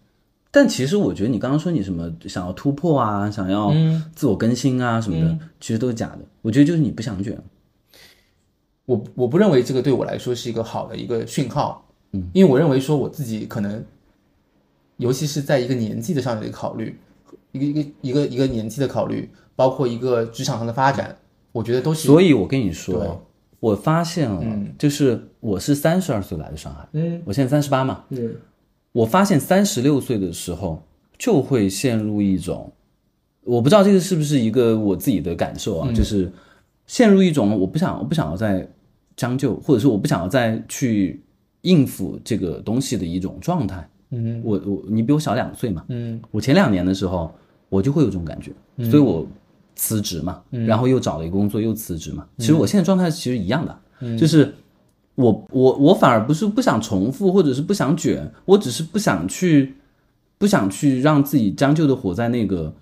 [SPEAKER 1] 但其实我觉得你刚刚说你什么想要突破啊，想要
[SPEAKER 2] 嗯
[SPEAKER 1] 自我更新啊什么的，其实都是假的。我觉得就是你不想卷了。
[SPEAKER 2] 我我不认为这个对我来说是一个好的一个讯号，嗯，因为我认为说我自己可能，尤其是在一个年纪的上面的考虑，一个一个一个一个年纪的考虑，包括一个职场上的发展，我觉得都是
[SPEAKER 1] 所以我跟你
[SPEAKER 2] 对嗯
[SPEAKER 1] 说，我发现了，就是我是三十二岁来的上海，嗯，我现在三十八嘛，
[SPEAKER 2] 嗯，
[SPEAKER 1] 我发现三十六岁的时候就会陷入一种，我不知道这个是不是一个我自己的感受啊，就是陷入一种我不想我不想要再将就，或者是我不想要再去应付这个东西的一种状态。嗯，我我你比我小两岁嘛，嗯，我前两年的时候我就会有这种感觉，
[SPEAKER 2] 嗯
[SPEAKER 1] 所以我辞职嘛，然后又找了一个工作又辞职嘛。其实
[SPEAKER 2] 嗯
[SPEAKER 1] 我现在状态其实一样的，就是我我我反而不是不想重复，或者是不想卷，我只是不想去不想去让自己将就的活在那个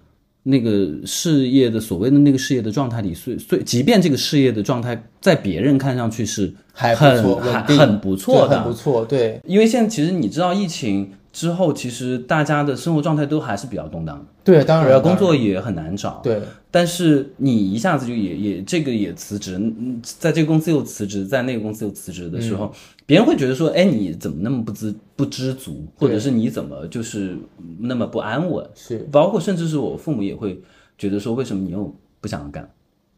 [SPEAKER 1] 那个事业的所谓的那个事业的状态里。所以所以，即便这个事业的状态在别人看上去是
[SPEAKER 2] 还不
[SPEAKER 1] 很
[SPEAKER 2] 错，
[SPEAKER 1] 还
[SPEAKER 2] 稳定，
[SPEAKER 1] 很不错
[SPEAKER 2] 对
[SPEAKER 1] 的
[SPEAKER 2] 很，不错，对
[SPEAKER 1] 因为现在其实你知道疫情。之后，其实大家的生活状态都还是比较动荡的，
[SPEAKER 2] 对，当然
[SPEAKER 1] 工
[SPEAKER 2] 当
[SPEAKER 1] 作也很难找
[SPEAKER 2] 然，对，
[SPEAKER 1] 但是你一下子就也也这个也辞职，嗯在这个公司又辞职，在那个公司又辞职的时
[SPEAKER 2] 嗯
[SPEAKER 1] 候，别人会觉得说，哎，你怎么那么不知不知足，或者是你怎么就是那么不安稳？
[SPEAKER 2] 是
[SPEAKER 1] 包括甚至是我父母也会觉得说，为什么你又不想要干？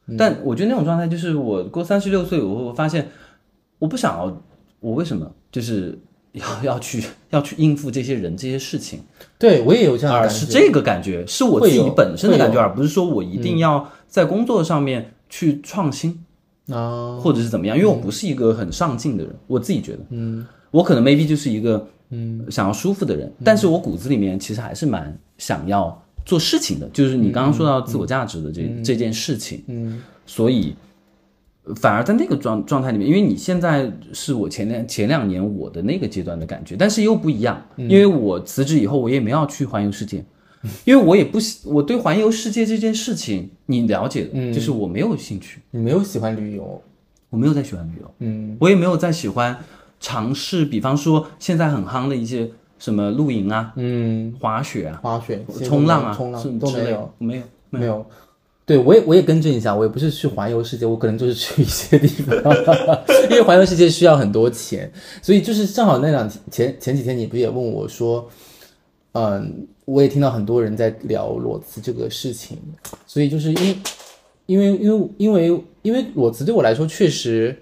[SPEAKER 2] 嗯
[SPEAKER 1] 但我觉得那种状态就是我过三十六岁，我会发现我不想要，我为什么就是要要去要去应付这些人这些事情？
[SPEAKER 2] 对我也有这样的
[SPEAKER 1] 而
[SPEAKER 2] 感
[SPEAKER 1] 是
[SPEAKER 2] 觉，
[SPEAKER 1] 这个感觉，是我自
[SPEAKER 2] 会
[SPEAKER 1] 己
[SPEAKER 2] 有
[SPEAKER 1] 本身的
[SPEAKER 2] 会有嗯
[SPEAKER 1] 感觉，而不是说我一定要在工作上面去创新，
[SPEAKER 2] 啊，
[SPEAKER 1] 或者是怎么样，因为我不是一个很上进的人，我自己觉得，嗯，我可能 maybe 就是一个嗯想要舒服的人，但是我骨子里面其实还是蛮想要做事情的，就是你刚刚说到自我价值的这这件事情，嗯，所以。呃反而在那个状状态里面，因为你现在是我前两前两年我的那个阶段的感觉，但是又不一样，因为我辞职以后，我也没要去环游世 界，因为我也不喜我对环游世界这件事情，你了解的，就是我没有兴趣，
[SPEAKER 2] 你没有喜欢旅游，
[SPEAKER 1] 我没有再喜欢旅游，
[SPEAKER 2] 嗯，
[SPEAKER 1] 我也没有再喜欢尝试，比方说现在很夯的一些什么露营啊、
[SPEAKER 2] 嗯，
[SPEAKER 1] 滑雪啊、
[SPEAKER 2] 滑雪、
[SPEAKER 1] 冲浪啊、
[SPEAKER 2] 冲
[SPEAKER 1] 是
[SPEAKER 2] 浪都
[SPEAKER 1] 之
[SPEAKER 2] 没
[SPEAKER 1] 类
[SPEAKER 2] 有。
[SPEAKER 1] 的，没有，
[SPEAKER 2] 没有。对，我也我也更正一下，我也不是去环游世界，我可能就是去一些地方， 因为环游世界需要很多钱，所以就是正好那两天前前几天你不也问我说，嗯，我也听到很多人在聊裸辞这个事情，所以就是因因为因为因为因为裸辞对我来说确呃实，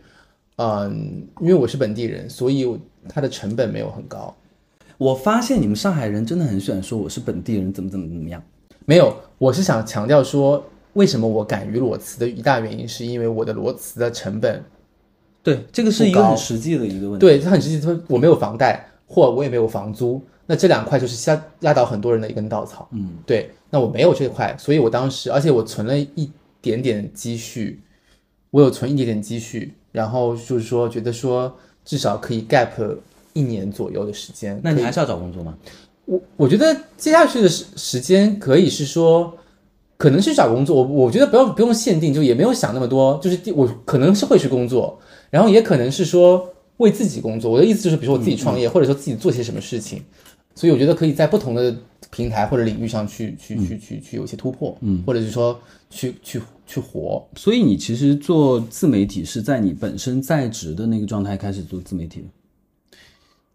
[SPEAKER 2] 嗯，因为我是本地人，所以我它的成本没有很高，
[SPEAKER 1] 我发现你们上海人真的很喜欢说我是本地人，怎么怎么怎么样。
[SPEAKER 2] 没有，我是想强调说，为什么我敢于裸辞的一大原因，是因为我的裸辞的成本，
[SPEAKER 1] 对，这个是一个很实际的一个问题。
[SPEAKER 2] 对，它很直接，它我没有房贷，或我也没有房租，那这两块就是压压倒很多人的一根稻草。
[SPEAKER 1] 嗯，
[SPEAKER 2] 对，那我没有这块，所以我当时，而且我存了一点点积蓄，我有存一点点积蓄，然后就是说，觉得说至少可以 gap 一年左右的时间。
[SPEAKER 1] 那你还是要找工作吗？
[SPEAKER 2] 我我觉得接下去的时时间可以是说，可能去找工作。我我觉得不要不用限定，就也没有想那么多。就是第我可能是会去工作，然后也可能是说为自己工作。我的意思就是，比如说我自己创
[SPEAKER 1] 嗯
[SPEAKER 2] 业，或者说自己做些什么事情。所以我觉得可以在不同的平台或者领域上去去
[SPEAKER 1] 嗯
[SPEAKER 2] 去去去有一些突破，嗯，或者是说去去去活。
[SPEAKER 1] 所以你其实做自媒体是在你本身在职的那个状态开始做自媒体的。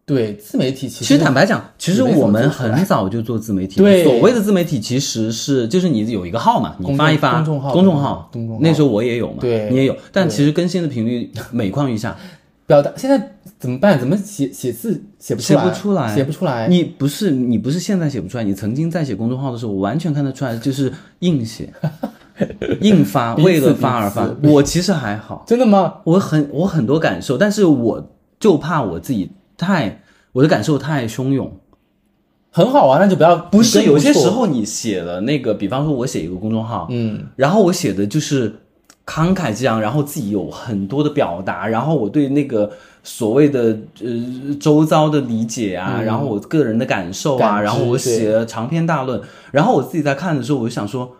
[SPEAKER 2] 对，自媒体其
[SPEAKER 1] 其实
[SPEAKER 2] 实
[SPEAKER 1] 坦白讲，其实
[SPEAKER 2] 没怎么
[SPEAKER 1] 我们
[SPEAKER 2] 做出来
[SPEAKER 1] 很早就做自媒体。
[SPEAKER 2] 对
[SPEAKER 1] 所谓的自媒体其实是就是你有一个号嘛，你
[SPEAKER 2] 公众
[SPEAKER 1] 发一发
[SPEAKER 2] 公众号
[SPEAKER 1] 公众号
[SPEAKER 2] 公众号
[SPEAKER 1] 那时候我也有嘛，
[SPEAKER 2] 对
[SPEAKER 1] 你也有，但其实更新的频率每况愈下。
[SPEAKER 2] 表达现在怎么办？怎么写写字写不出来？
[SPEAKER 1] 写不出来
[SPEAKER 2] 写不出来。
[SPEAKER 1] 你不是你不是现在写不出来，你曾经在写公众号的时候，我完全看得出来，就是硬 写、硬发，
[SPEAKER 2] 彼此
[SPEAKER 1] 为了发而发。
[SPEAKER 2] 彼
[SPEAKER 1] 我其实还好，
[SPEAKER 2] 真的吗？
[SPEAKER 1] 我很我很多感受，但是我就怕我自己太我的感受太汹涌，
[SPEAKER 2] 很好啊，那就不要
[SPEAKER 1] 不是有些
[SPEAKER 2] 错
[SPEAKER 1] 时候你写了那个，比方说我写一个公众号，
[SPEAKER 2] 嗯，
[SPEAKER 1] 然后我写的就是慷慨激昂，然后自己有很多的表达，然后我对那个所谓的呃周遭的理解啊，然后我个人的感受
[SPEAKER 2] 嗯感
[SPEAKER 1] 啊，
[SPEAKER 2] 知
[SPEAKER 1] 然后我写了长篇大论，然后我自己在看的时候，我就想说，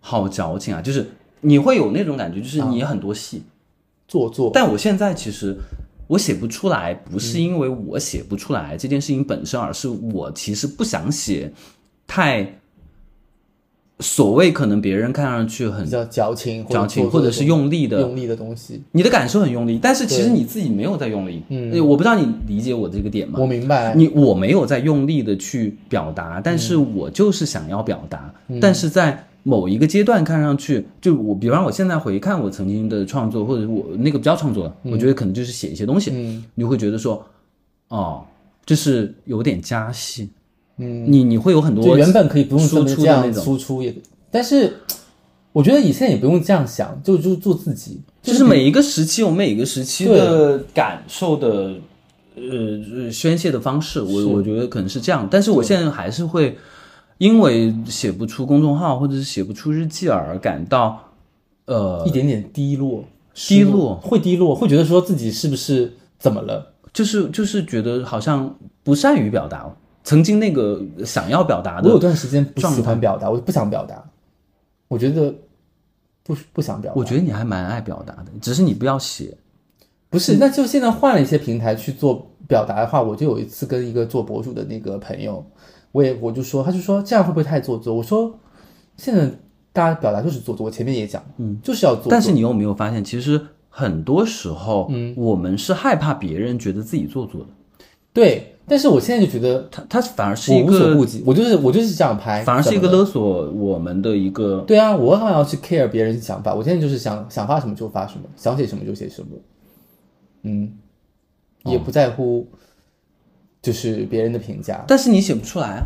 [SPEAKER 1] 好矫情啊，就是你会有那种感觉，就是
[SPEAKER 2] 嗯
[SPEAKER 1] 你很多戏，
[SPEAKER 2] 做作，
[SPEAKER 1] 但我现在其实我写不出来，不
[SPEAKER 2] 嗯
[SPEAKER 1] 是因为我写不出来这件事情本身，而是我其实不想写太所谓可能别人看上去很
[SPEAKER 2] 比较矫情，或
[SPEAKER 1] 嗯
[SPEAKER 2] 者
[SPEAKER 1] 矫情
[SPEAKER 2] 做作
[SPEAKER 1] 或者
[SPEAKER 2] 的
[SPEAKER 1] 是用力
[SPEAKER 2] 东
[SPEAKER 1] 的。
[SPEAKER 2] 西用力的东西。
[SPEAKER 1] 你的感受很用力，但是其实
[SPEAKER 2] 对
[SPEAKER 1] 你自己没有在用力。
[SPEAKER 2] 嗯
[SPEAKER 1] 呃我不知道你理解我这个点吗？
[SPEAKER 2] 我明白，
[SPEAKER 1] 你我没有在用力的去表达，但是
[SPEAKER 2] 嗯
[SPEAKER 1] 我就是想要表达，但是在某一个阶段看上去，就我比方我现在回看我曾经的创作，或者我那个不叫创作了，我觉得可能就是写一些东西，
[SPEAKER 2] 嗯
[SPEAKER 1] 你会觉得说，哦，就是有点加戏，
[SPEAKER 2] 嗯，
[SPEAKER 1] 你你会有很
[SPEAKER 2] 就
[SPEAKER 1] 多
[SPEAKER 2] 原本可以不用这
[SPEAKER 1] 输
[SPEAKER 2] 么
[SPEAKER 1] 出
[SPEAKER 2] 这
[SPEAKER 1] 的那
[SPEAKER 2] 样
[SPEAKER 1] 种，
[SPEAKER 2] 输出也，但是我觉得你现在也不用这样想，就就做自己，
[SPEAKER 1] 就是每一个时期有每一个时期
[SPEAKER 2] 对
[SPEAKER 1] 的感受的。呃，呃宣泄的方式，我我觉得可能是这样，但是我现在还是会因为写不出公众号或者是写不出日记而感到，呃，
[SPEAKER 2] 一点点低落，
[SPEAKER 1] 低落
[SPEAKER 2] 会低落，会觉得说自己是不是怎么了？
[SPEAKER 1] 就是就是觉得好像不善于表达了。曾经那个想要表达
[SPEAKER 2] 我有
[SPEAKER 1] 的，
[SPEAKER 2] 段时间不喜
[SPEAKER 1] 状态
[SPEAKER 2] 欢表达，我不想表达，我觉得不不想表达
[SPEAKER 1] 我。觉得你还蛮爱表达的，只是你不要写。
[SPEAKER 2] 不
[SPEAKER 1] 嗯
[SPEAKER 2] 是，那就现在换了一些平台去做表达的话，我就有一次跟一个做博主的那个朋友，我也哎我就说，他就说这样会不会太做作？我说现在大家表达就是做作，我前面也讲，嗯，就是要做作，
[SPEAKER 1] 但是你有没有发现，其实很多时候，嗯，我们是害怕别人觉得自己做作的，
[SPEAKER 2] 对，但是我现在就觉得
[SPEAKER 1] 他他反而是
[SPEAKER 2] 我
[SPEAKER 1] 一
[SPEAKER 2] 无所
[SPEAKER 1] 个，
[SPEAKER 2] 顾忌，我就是我就是这样拍，
[SPEAKER 1] 反而是一
[SPEAKER 2] 怎
[SPEAKER 1] 个
[SPEAKER 2] 么了
[SPEAKER 1] 勒索我们的一个
[SPEAKER 2] 对啊，我干嘛要去 care 别人想法？我现在就是想想发什么就发什么，想写什么就写什么，嗯，
[SPEAKER 1] 哦
[SPEAKER 2] 也不在乎就是别人的评价。
[SPEAKER 1] 但是你写不出来啊！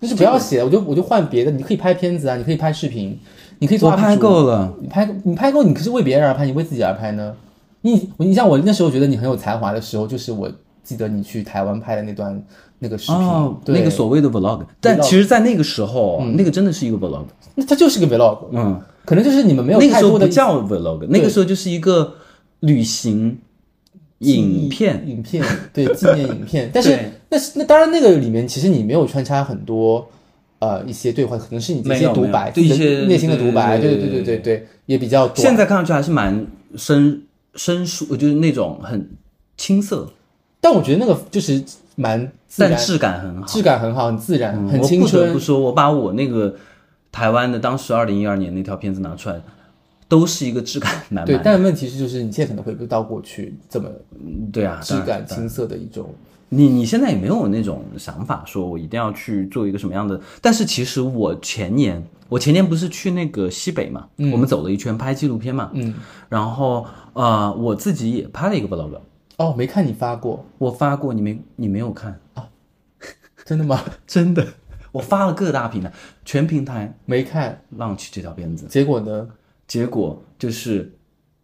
[SPEAKER 2] 就是不要写，我就我就换别的，你可以拍片子啊，你可以拍视频，你可以做
[SPEAKER 1] 我
[SPEAKER 2] UP 主
[SPEAKER 1] 拍够了，
[SPEAKER 2] 你拍你拍够，你可是为别人而拍，你为自己而拍呢？你你像我那时候觉得你很有才华的时候，就是我记得你去台湾拍的那段那个视频，
[SPEAKER 1] 哦，
[SPEAKER 2] 对，
[SPEAKER 1] 那个所谓的 vlog，但其实，在那个时候，啊那个真的是一个 vlog，
[SPEAKER 2] 那它就是个 vlog，
[SPEAKER 1] 嗯，
[SPEAKER 2] 可能就是你们没有
[SPEAKER 1] 那个
[SPEAKER 2] 太
[SPEAKER 1] 时候
[SPEAKER 2] 多
[SPEAKER 1] 不
[SPEAKER 2] 的
[SPEAKER 1] 叫 vlog，那个时候就是一个旅行
[SPEAKER 2] 记忆
[SPEAKER 1] 影片，
[SPEAKER 2] 影片对纪念影 片，但是
[SPEAKER 1] 对
[SPEAKER 2] 那是那当然那个里面其实你没有穿插很多。呃，一些对话可能是你一
[SPEAKER 1] 没
[SPEAKER 2] 些
[SPEAKER 1] 有
[SPEAKER 2] 独白，
[SPEAKER 1] 没有
[SPEAKER 2] 自己的
[SPEAKER 1] 对一些
[SPEAKER 2] 内心的独白，
[SPEAKER 1] 对对对
[SPEAKER 2] 对对对
[SPEAKER 1] 对
[SPEAKER 2] 对对，也比较短。
[SPEAKER 1] 现在看上去还是蛮深深疏，就是那种很青涩，
[SPEAKER 2] 但我觉得那个就是蛮自然
[SPEAKER 1] 但质感很好，
[SPEAKER 2] 质感很好，很自然，
[SPEAKER 1] 嗯
[SPEAKER 2] 很
[SPEAKER 1] 我
[SPEAKER 2] 青
[SPEAKER 1] 不得
[SPEAKER 2] 春
[SPEAKER 1] 不。说，我把我那个台湾的当时二零一二年那条片子拿出来，都是一个质感满满
[SPEAKER 2] 对
[SPEAKER 1] 的，，
[SPEAKER 2] 但问题是，就是你现在可能回不到过去这么
[SPEAKER 1] 嗯对啊，
[SPEAKER 2] 质
[SPEAKER 1] 当然
[SPEAKER 2] 感青涩的一种。
[SPEAKER 1] 你你现在也没有那种想法，说我一定要去做一个什么样的？但是其实我前年，我前年不是去那个西北嘛，我们走了一圈拍纪录片嘛，
[SPEAKER 2] 嗯，
[SPEAKER 1] 然后呃，我自己也拍了一个 vlog，
[SPEAKER 2] 哦，没看你发过
[SPEAKER 1] 我发过，你没你没有看？
[SPEAKER 2] 真的吗？
[SPEAKER 1] 真的，我发了各大平台，全平台
[SPEAKER 2] 没看，
[SPEAKER 1] 浪去这条辫子，
[SPEAKER 2] 结果呢？
[SPEAKER 1] 结果就是，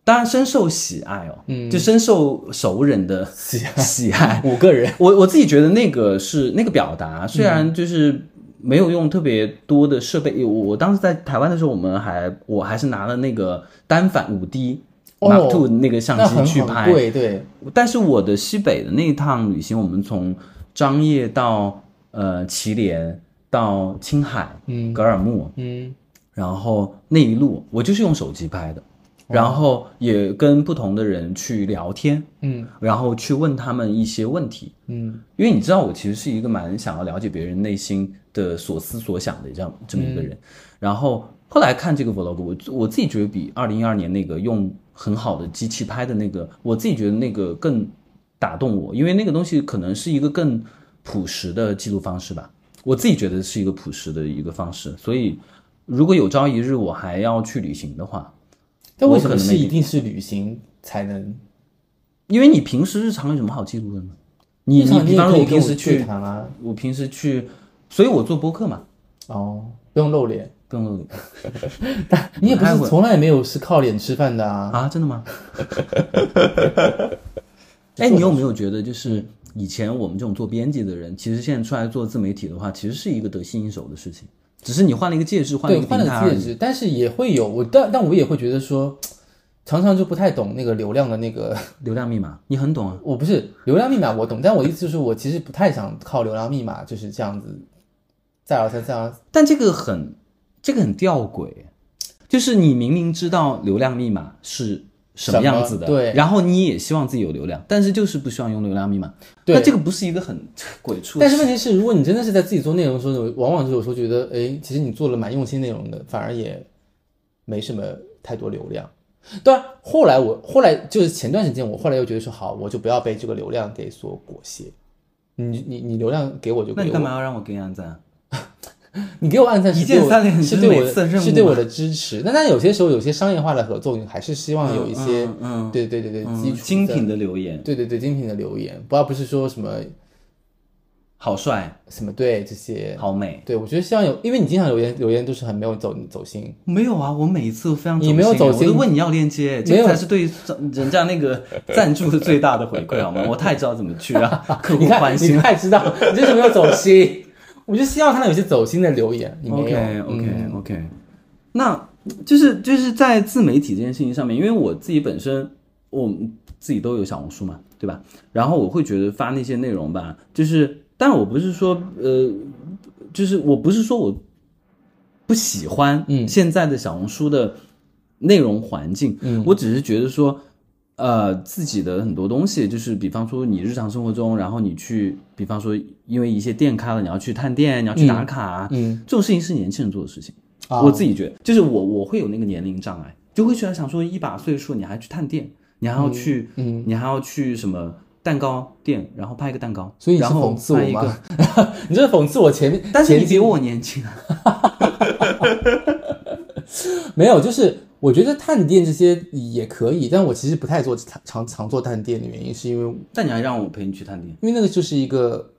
[SPEAKER 1] 当然深受喜爱哦，嗯，就深受熟人的
[SPEAKER 2] 喜爱
[SPEAKER 1] 喜爱。
[SPEAKER 2] 五个人，
[SPEAKER 1] 哎我我自己觉得那个是那个表达，虽
[SPEAKER 2] 嗯
[SPEAKER 1] 然就是没有用特别多的设备，我我当时在台湾的时候，我们还我还是拿了那个单反五 D。
[SPEAKER 2] 哦
[SPEAKER 1] Mark Two 那个相
[SPEAKER 2] 那
[SPEAKER 1] 机
[SPEAKER 2] 很
[SPEAKER 1] 去
[SPEAKER 2] 很
[SPEAKER 1] 拍，
[SPEAKER 2] 贵，对，
[SPEAKER 1] 但是我的西北的那一趟旅行，我们从张掖到呃祁连到青海，嗯，格尔木，
[SPEAKER 2] 嗯，
[SPEAKER 1] 然后那一路我就是用手机拍
[SPEAKER 2] 哦
[SPEAKER 1] 的，然后也跟不同的人去聊天，
[SPEAKER 2] 嗯，
[SPEAKER 1] 然后去问他们一些问题，
[SPEAKER 2] 嗯，
[SPEAKER 1] 因为你知道我其实是一个蛮想要了解别人内心的所思所想的这样这么
[SPEAKER 2] 嗯
[SPEAKER 1] 一个人，然后后来看这个 vlog，我我自己觉得比二零一二年那个用很好的机器拍的那个，我自己觉得那个更打动我，因为那个东西可能是一个更朴实的记录方式吧，我自己觉得是一个朴实的一个方式，所以如果有朝一日我还要去旅行的话，
[SPEAKER 2] 但为
[SPEAKER 1] 我
[SPEAKER 2] 什
[SPEAKER 1] 可
[SPEAKER 2] 么
[SPEAKER 1] 能
[SPEAKER 2] 是
[SPEAKER 1] 没
[SPEAKER 2] 一定是旅行才能？
[SPEAKER 1] 因为你平时日常有什么好记录的呢？你
[SPEAKER 2] 日
[SPEAKER 1] 你
[SPEAKER 2] 常
[SPEAKER 1] 比
[SPEAKER 2] 也
[SPEAKER 1] 方
[SPEAKER 2] 可
[SPEAKER 1] 说
[SPEAKER 2] 以
[SPEAKER 1] 我
[SPEAKER 2] 跟
[SPEAKER 1] 平时
[SPEAKER 2] 对
[SPEAKER 1] 去，
[SPEAKER 2] 谈啊，
[SPEAKER 1] 我平时去，所以我做播客嘛。
[SPEAKER 2] 哦，不用露脸，
[SPEAKER 1] 不用露脸
[SPEAKER 2] 你也不
[SPEAKER 1] 太
[SPEAKER 2] 是
[SPEAKER 1] 会
[SPEAKER 2] 从来没有是靠脸吃饭的啊，
[SPEAKER 1] 啊？真的吗？ 哎，你有没有觉得，就是以前我们这种做编辑的人，其实现在出来做自媒体的话，其实是一个得心应手的事情，只是你换了一个介质，换了
[SPEAKER 2] 对，
[SPEAKER 1] 一个
[SPEAKER 2] 换
[SPEAKER 1] 平台
[SPEAKER 2] 了
[SPEAKER 1] 而
[SPEAKER 2] 戒
[SPEAKER 1] 已。
[SPEAKER 2] 指，但是也会有我，但但我也会觉得说，常常就不太懂那个流量的那个，
[SPEAKER 1] 流量密码，你很懂啊？
[SPEAKER 2] 我不是流量密码我懂，但我意思就是我其实不太想靠流量密码就是这样子，再而三再而三
[SPEAKER 1] 但这个很，这个很吊诡，就是你明明知道流量密码是什么样子的，
[SPEAKER 2] 什么对
[SPEAKER 1] 然后你也希望自己有流量，但是就是不希望用流量密码，
[SPEAKER 2] 对
[SPEAKER 1] 那这个不是一个很 鬼畜的
[SPEAKER 2] 但是问题是，如果你真的是在自己做内容的时候，你往往就有时候觉得，哎，其实你做了蛮用心内容的，反而也没什么太多流量。当然，后来我后来就是前段时间，我后来又觉得说，好，我就不要被这个流量给所裹挟。你你你流量给我就给
[SPEAKER 1] 那
[SPEAKER 2] 我，
[SPEAKER 1] 你干嘛要让我给你按赞啊？
[SPEAKER 2] 你给我按赞是对我
[SPEAKER 1] 一键三连
[SPEAKER 2] 是
[SPEAKER 1] 你
[SPEAKER 2] 对
[SPEAKER 1] 是
[SPEAKER 2] 我
[SPEAKER 1] 每次的任务吗
[SPEAKER 2] 是对我的支持。但但有些时候有些商业化的合作，你还是希望有一些，
[SPEAKER 1] 嗯嗯
[SPEAKER 2] 对对对对，基
[SPEAKER 1] 嗯，
[SPEAKER 2] 础的
[SPEAKER 1] 精品，的留言，
[SPEAKER 2] 对对对精品的留言，不要不是说什么
[SPEAKER 1] 好帅，
[SPEAKER 2] 什么对这些，
[SPEAKER 1] 好美。
[SPEAKER 2] 对我觉得希望有，因为你经常留言留言都是很没有走走心，
[SPEAKER 1] 没有啊，我每一次都非常啊
[SPEAKER 2] 你没有走心
[SPEAKER 1] 我都问你要链接，这个
[SPEAKER 2] 没有
[SPEAKER 1] 才是对人家那个赞助的最大的回馈，好 吗？我太知道怎么去啊让客户
[SPEAKER 2] 你看
[SPEAKER 1] 欢
[SPEAKER 2] 你
[SPEAKER 1] 心了。
[SPEAKER 2] 太知道，你就是没有走心。我就希望看到有些走心的留言，你没有。
[SPEAKER 1] OK
[SPEAKER 2] 嗯
[SPEAKER 1] OK OK，那就是就是在自媒体这件事情上面，因为我自己本身我们自己都有小红书嘛，对吧？然后我会觉得发那些内容吧，就是，但我不是说呃，就是我不是说我不喜欢
[SPEAKER 2] 嗯
[SPEAKER 1] 现在的小红书的内容环境，
[SPEAKER 2] 嗯
[SPEAKER 1] 我只是觉得说。呃，自己的很多东西，就是比方说你日常生活中，然后你去，比方说因为一些店开了，你要去探店，你要去打卡，啊
[SPEAKER 2] 嗯，
[SPEAKER 1] 这种事情是年轻人做的事情。
[SPEAKER 2] 啊
[SPEAKER 1] 我自己觉得，就是我我会有那个年龄障碍，就会觉得想说一把岁数你还去探店，你还要去，
[SPEAKER 2] 嗯
[SPEAKER 1] 你还要去什么蛋糕店，然后拍一个蛋糕，
[SPEAKER 2] 所以你是
[SPEAKER 1] 然后
[SPEAKER 2] 讽刺我
[SPEAKER 1] 拍一个
[SPEAKER 2] 吗？ 你这是讽刺我前面，
[SPEAKER 1] 但是你
[SPEAKER 2] 前
[SPEAKER 1] 比我年轻啊，
[SPEAKER 2] 没有，就是我觉得探店这些也可以，但我其实不太做常常做探店的原因，是因为
[SPEAKER 1] 但你还让我陪你去探店，
[SPEAKER 2] 因为那个就是一个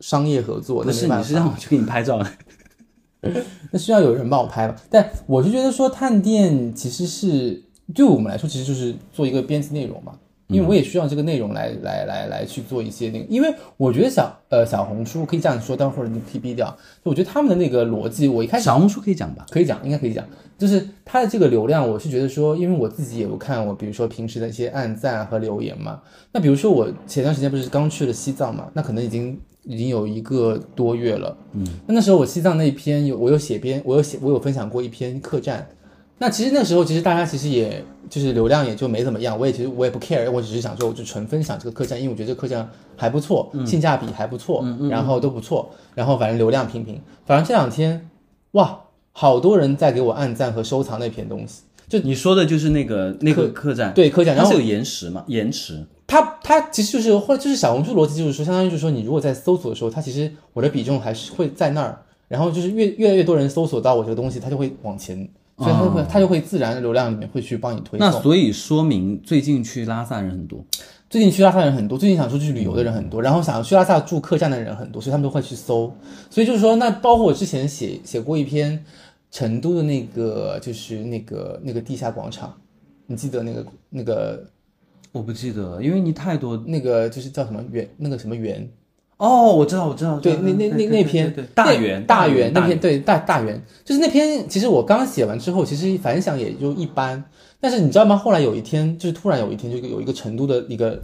[SPEAKER 2] 商业合作，
[SPEAKER 1] 不
[SPEAKER 2] 那
[SPEAKER 1] 是
[SPEAKER 2] 没办
[SPEAKER 1] 你
[SPEAKER 2] 法
[SPEAKER 1] 是让我去给你拍照的，
[SPEAKER 2] 那需要有人帮我拍吧。但我是觉得说探店其实是对我们来说，其实就是做一个编辑内容嘛，
[SPEAKER 1] 嗯
[SPEAKER 2] 因为我也需要这个内容来来来来去做一些那个，因为我觉得小呃小红书可以这样说，但或者你 PB 掉，就我觉得他们的那个逻辑，我一开始。
[SPEAKER 1] 小红书可以讲吧？
[SPEAKER 2] 可以讲，应该可以讲，就是它的这个流量，我是觉得说，因为我自己也有看我，比如说平时的一些暗赞和留言嘛。那比如说我前段时间不是刚去了西藏嘛，那可能已经已经有一个多月了。嗯，那那时候我西藏那一篇有我有写篇，我有写我有分享过一篇客栈。那其实那时候其实大家其实也就是流量也就没怎么样，我也其实我也不 care，我只是想说我就纯分享这个客栈，因为我觉得这个客栈还不错，性价比还不错，然后都不错，然后反正流量平平。反正这两天哇，好多人在给我按赞和收藏那篇东西。就
[SPEAKER 1] 你说的就是那个那个客栈，
[SPEAKER 2] 对客栈
[SPEAKER 1] 它
[SPEAKER 2] 然后
[SPEAKER 1] 是有延迟嘛？延迟，
[SPEAKER 2] 它它其实就是或者就是小红书逻辑，就是说，相当于就是说，你如果在搜索的时候，它其实我的比重还是会在那儿，然后就是越越来越多人搜索到我这个东西，它就会往前，所以它就会、它就会自然流量里面会去帮你推
[SPEAKER 1] 那
[SPEAKER 2] 送。
[SPEAKER 1] 所以说明最近去拉萨人很多，
[SPEAKER 2] 最近去拉萨人很多，最近想出去旅游的人很多，然后想要去拉萨住客栈的人很多，所以他们都会去搜。所以就是说，那包括我之前写写过一篇成都的那个，就是那个那个地下广场，你记得那个那个
[SPEAKER 1] 我不记得，因为你太多。
[SPEAKER 2] 那个就是叫什么园，那个什么园，
[SPEAKER 1] 哦，我知道，我知道，我知
[SPEAKER 2] 对，
[SPEAKER 1] 道
[SPEAKER 2] 那那那
[SPEAKER 1] 对
[SPEAKER 2] 那
[SPEAKER 1] 对
[SPEAKER 2] 篇
[SPEAKER 1] 对对对
[SPEAKER 2] 那
[SPEAKER 1] 大圆
[SPEAKER 2] 大
[SPEAKER 1] 圆
[SPEAKER 2] 圆那篇，
[SPEAKER 1] 圆
[SPEAKER 2] 对大大圆，就是那篇。其实我刚写完之后，其实反响也就一般。但是你知道吗？后来有一天，就是突然有一天，就有一个成都的一个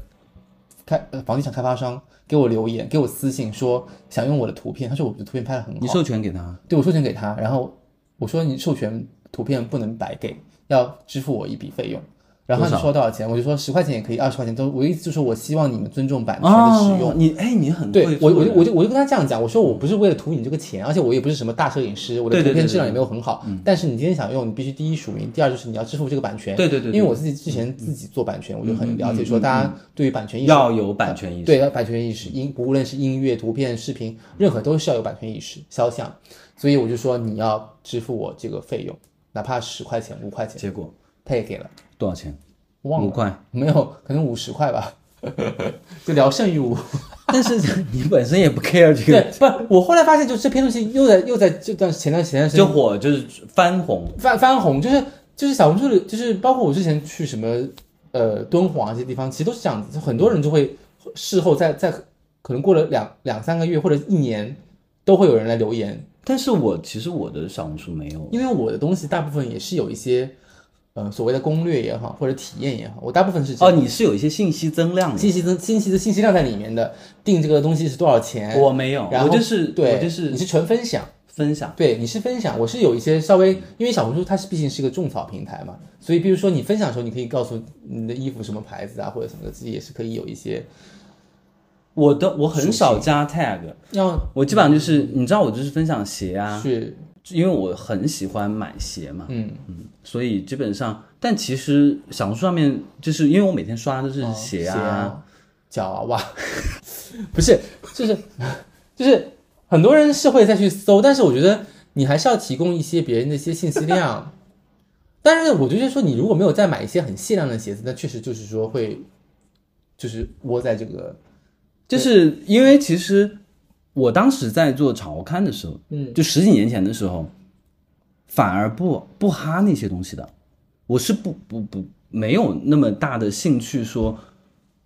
[SPEAKER 2] 开呃房地产开发商给我留言，给我私信说想用我的图片，他说我的图片拍的很好，
[SPEAKER 1] 你授权给他，
[SPEAKER 2] 对我授权给他，然后我说你授权图片不能白给，要支付我一笔费用。然后他就说多少钱，我就说十块钱也可以，二十块钱都，我意思就是我希望你们尊重版权的使用
[SPEAKER 1] 哦。你哎，你很
[SPEAKER 2] 对
[SPEAKER 1] 会
[SPEAKER 2] 我，
[SPEAKER 1] 做
[SPEAKER 2] 我就
[SPEAKER 1] 人
[SPEAKER 2] 我就我就跟他这样讲，我说我不是为了图你这个钱，而且我也不是什么大摄影师，我的
[SPEAKER 1] 对对
[SPEAKER 2] 图片
[SPEAKER 1] 对嗯
[SPEAKER 2] 质量也没有很好。但是你今天想用，你必须第一署名，第二就是你要支付这个版权。
[SPEAKER 1] 对对对对嗯
[SPEAKER 2] 因为我自己之前自己做版权，我就很了解说大家对于版权意识
[SPEAKER 1] 要有嗯版权意识。
[SPEAKER 2] 对，要版权意识，音无论是音乐、图片、视频，任何都是要有版权意识、肖像。所以我就说你要支付我这个费用，哪怕十块钱、五块钱，
[SPEAKER 1] 结果
[SPEAKER 2] 他也给了，
[SPEAKER 1] 多少钱？
[SPEAKER 2] 忘
[SPEAKER 1] 五
[SPEAKER 2] 了
[SPEAKER 1] 块。
[SPEAKER 2] 没有，可能五十块吧， 就聊胜于无。
[SPEAKER 1] 但是你本身也不 care 这
[SPEAKER 2] 对
[SPEAKER 1] 个，，
[SPEAKER 2] 不，我后来发现，就这篇东西又在又在这段前段前段时
[SPEAKER 1] 这
[SPEAKER 2] 间
[SPEAKER 1] 火就是翻红。
[SPEAKER 2] 翻翻红，就是就是小红书里，就是包括我之前去什么呃敦煌啊这些地方，其实都是这样子，就很多人就会事后在在可能过了两两三个月或者一年，都会有人来留言，
[SPEAKER 1] 但是我其实我的小红书没有，
[SPEAKER 2] 因为我的东西大部分也是有一些呃所谓的攻略也好，或者体验也好，我大部分是这
[SPEAKER 1] 哦，
[SPEAKER 2] 样
[SPEAKER 1] 你是有一些信息增量的，
[SPEAKER 2] 信息增信息的信息量在里面的，定这个东西是多少钱，
[SPEAKER 1] 我没有，
[SPEAKER 2] 然后
[SPEAKER 1] 我就是
[SPEAKER 2] 对，
[SPEAKER 1] 我就是
[SPEAKER 2] 你是纯分享。
[SPEAKER 1] 分享。
[SPEAKER 2] 对，你是分享，我是有一些稍微，因为小红书它是毕竟是一个种草平台嘛，所以比如说你分享的时候，你可以告诉你的衣服什么牌子啊，或者什么的，自己也是可以有一些
[SPEAKER 1] 我的我很少加 tag，
[SPEAKER 2] 要
[SPEAKER 1] 我基本上就是你知道我就是分享鞋啊，
[SPEAKER 2] 去，
[SPEAKER 1] 因为我很喜欢买鞋嘛，
[SPEAKER 2] 嗯，
[SPEAKER 1] 所以基本上，但其实小红书上面就是因为我每天刷的都是
[SPEAKER 2] 哦
[SPEAKER 1] 鞋
[SPEAKER 2] 鞋
[SPEAKER 1] 啊，
[SPEAKER 2] 啊，脚啊，哇， 不是，就是就是很多人是会再去搜，但是我觉得你还是要提供一些别人的一些信息量。 但是我就是说，你如果没有再买一些很限量的鞋子，那确实就是说会，就是窝在这个
[SPEAKER 1] 就是因为其实我当时在做潮刊的时候，
[SPEAKER 2] 嗯，
[SPEAKER 1] 就十几年前的时候，反而不不哈那些东西的，我是不不不没有那么大的兴趣说，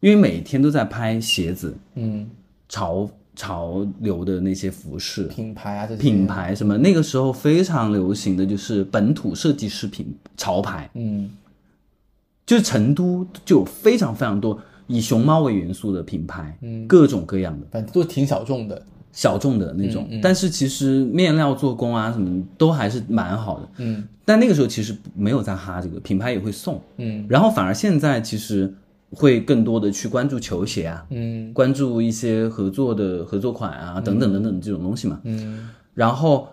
[SPEAKER 1] 因为每天都在拍鞋子
[SPEAKER 2] 嗯
[SPEAKER 1] 潮潮流的那些服饰。
[SPEAKER 2] 品牌啊这些
[SPEAKER 1] 品牌什么，那个时候非常流行的就是本土设计师品潮牌，
[SPEAKER 2] 嗯
[SPEAKER 1] 就是成都就有非常非常多以熊猫为元素的品牌，嗯，各种各样的，
[SPEAKER 2] 反正都挺小众的。
[SPEAKER 1] 小众的那
[SPEAKER 2] 嗯
[SPEAKER 1] 种，但是其实面料做工啊什么都还是蛮好的，
[SPEAKER 2] 嗯
[SPEAKER 1] 但那个时候其实没有在哈这个品牌也会送，
[SPEAKER 2] 嗯
[SPEAKER 1] 然后反而现在其实会更多的去关注球鞋啊，
[SPEAKER 2] 嗯
[SPEAKER 1] 关注一些合作的合作款啊等等等等这种东西嘛，
[SPEAKER 2] 嗯
[SPEAKER 1] 然后，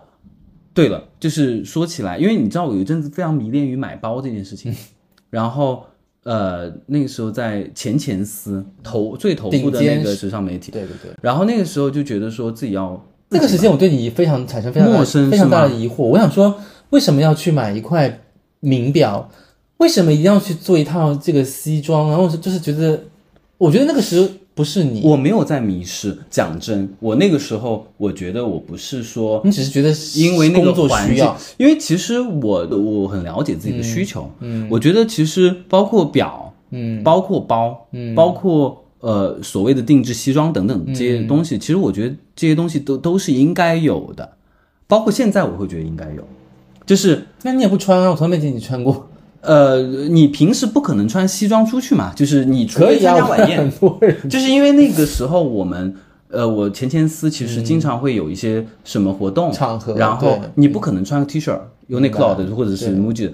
[SPEAKER 1] 对了，就是说起来，因为你知道我有一阵子非常迷恋于买包这件事
[SPEAKER 2] 嗯
[SPEAKER 1] 情，然后呃那个时候在前前司头最头部的
[SPEAKER 2] 顶尖
[SPEAKER 1] 那个时尚媒体，
[SPEAKER 2] 对对对。
[SPEAKER 1] 然后那个时候就觉得说自己要
[SPEAKER 2] 那个时间我对你非常产生非常大
[SPEAKER 1] 陌生是吗
[SPEAKER 2] 非常大的疑惑，我想说为什么要去买一块名表？为什么一定要去做一套这个西装？然后就是觉得，我觉得那个时候不是你，
[SPEAKER 1] 我没有在迷失，讲真，我那个时候我觉得我不是说
[SPEAKER 2] 你只是觉得
[SPEAKER 1] 因为那个
[SPEAKER 2] 工作
[SPEAKER 1] 环
[SPEAKER 2] 需
[SPEAKER 1] 境
[SPEAKER 2] 要，，
[SPEAKER 1] 因为其实我我很了解自己的需求，嗯，我觉得其实包括表，
[SPEAKER 2] 嗯，
[SPEAKER 1] 包括包，嗯，包括呃所谓的定制西装等等这些东
[SPEAKER 2] 嗯
[SPEAKER 1] 西，其实我觉得这些东西都都是应该有的，包括现在我会觉得应该有，就是
[SPEAKER 2] 那你也不穿啊，我从来没见你穿过。
[SPEAKER 1] 呃你平时不可能穿西装出去嘛，就是你除
[SPEAKER 2] 可
[SPEAKER 1] 非
[SPEAKER 2] 以
[SPEAKER 1] 参
[SPEAKER 2] 啊，
[SPEAKER 1] 加
[SPEAKER 2] 我
[SPEAKER 1] 晚
[SPEAKER 2] 看
[SPEAKER 1] 宴，
[SPEAKER 2] 很多人，
[SPEAKER 1] 就是因为那个时候我们。呃，我前前司其实经常会有一些什么活动
[SPEAKER 2] 嗯场合
[SPEAKER 1] 然后
[SPEAKER 2] 对
[SPEAKER 1] 你不可能穿个 T 恤、Uniqlo 的或者是 MUJI 的，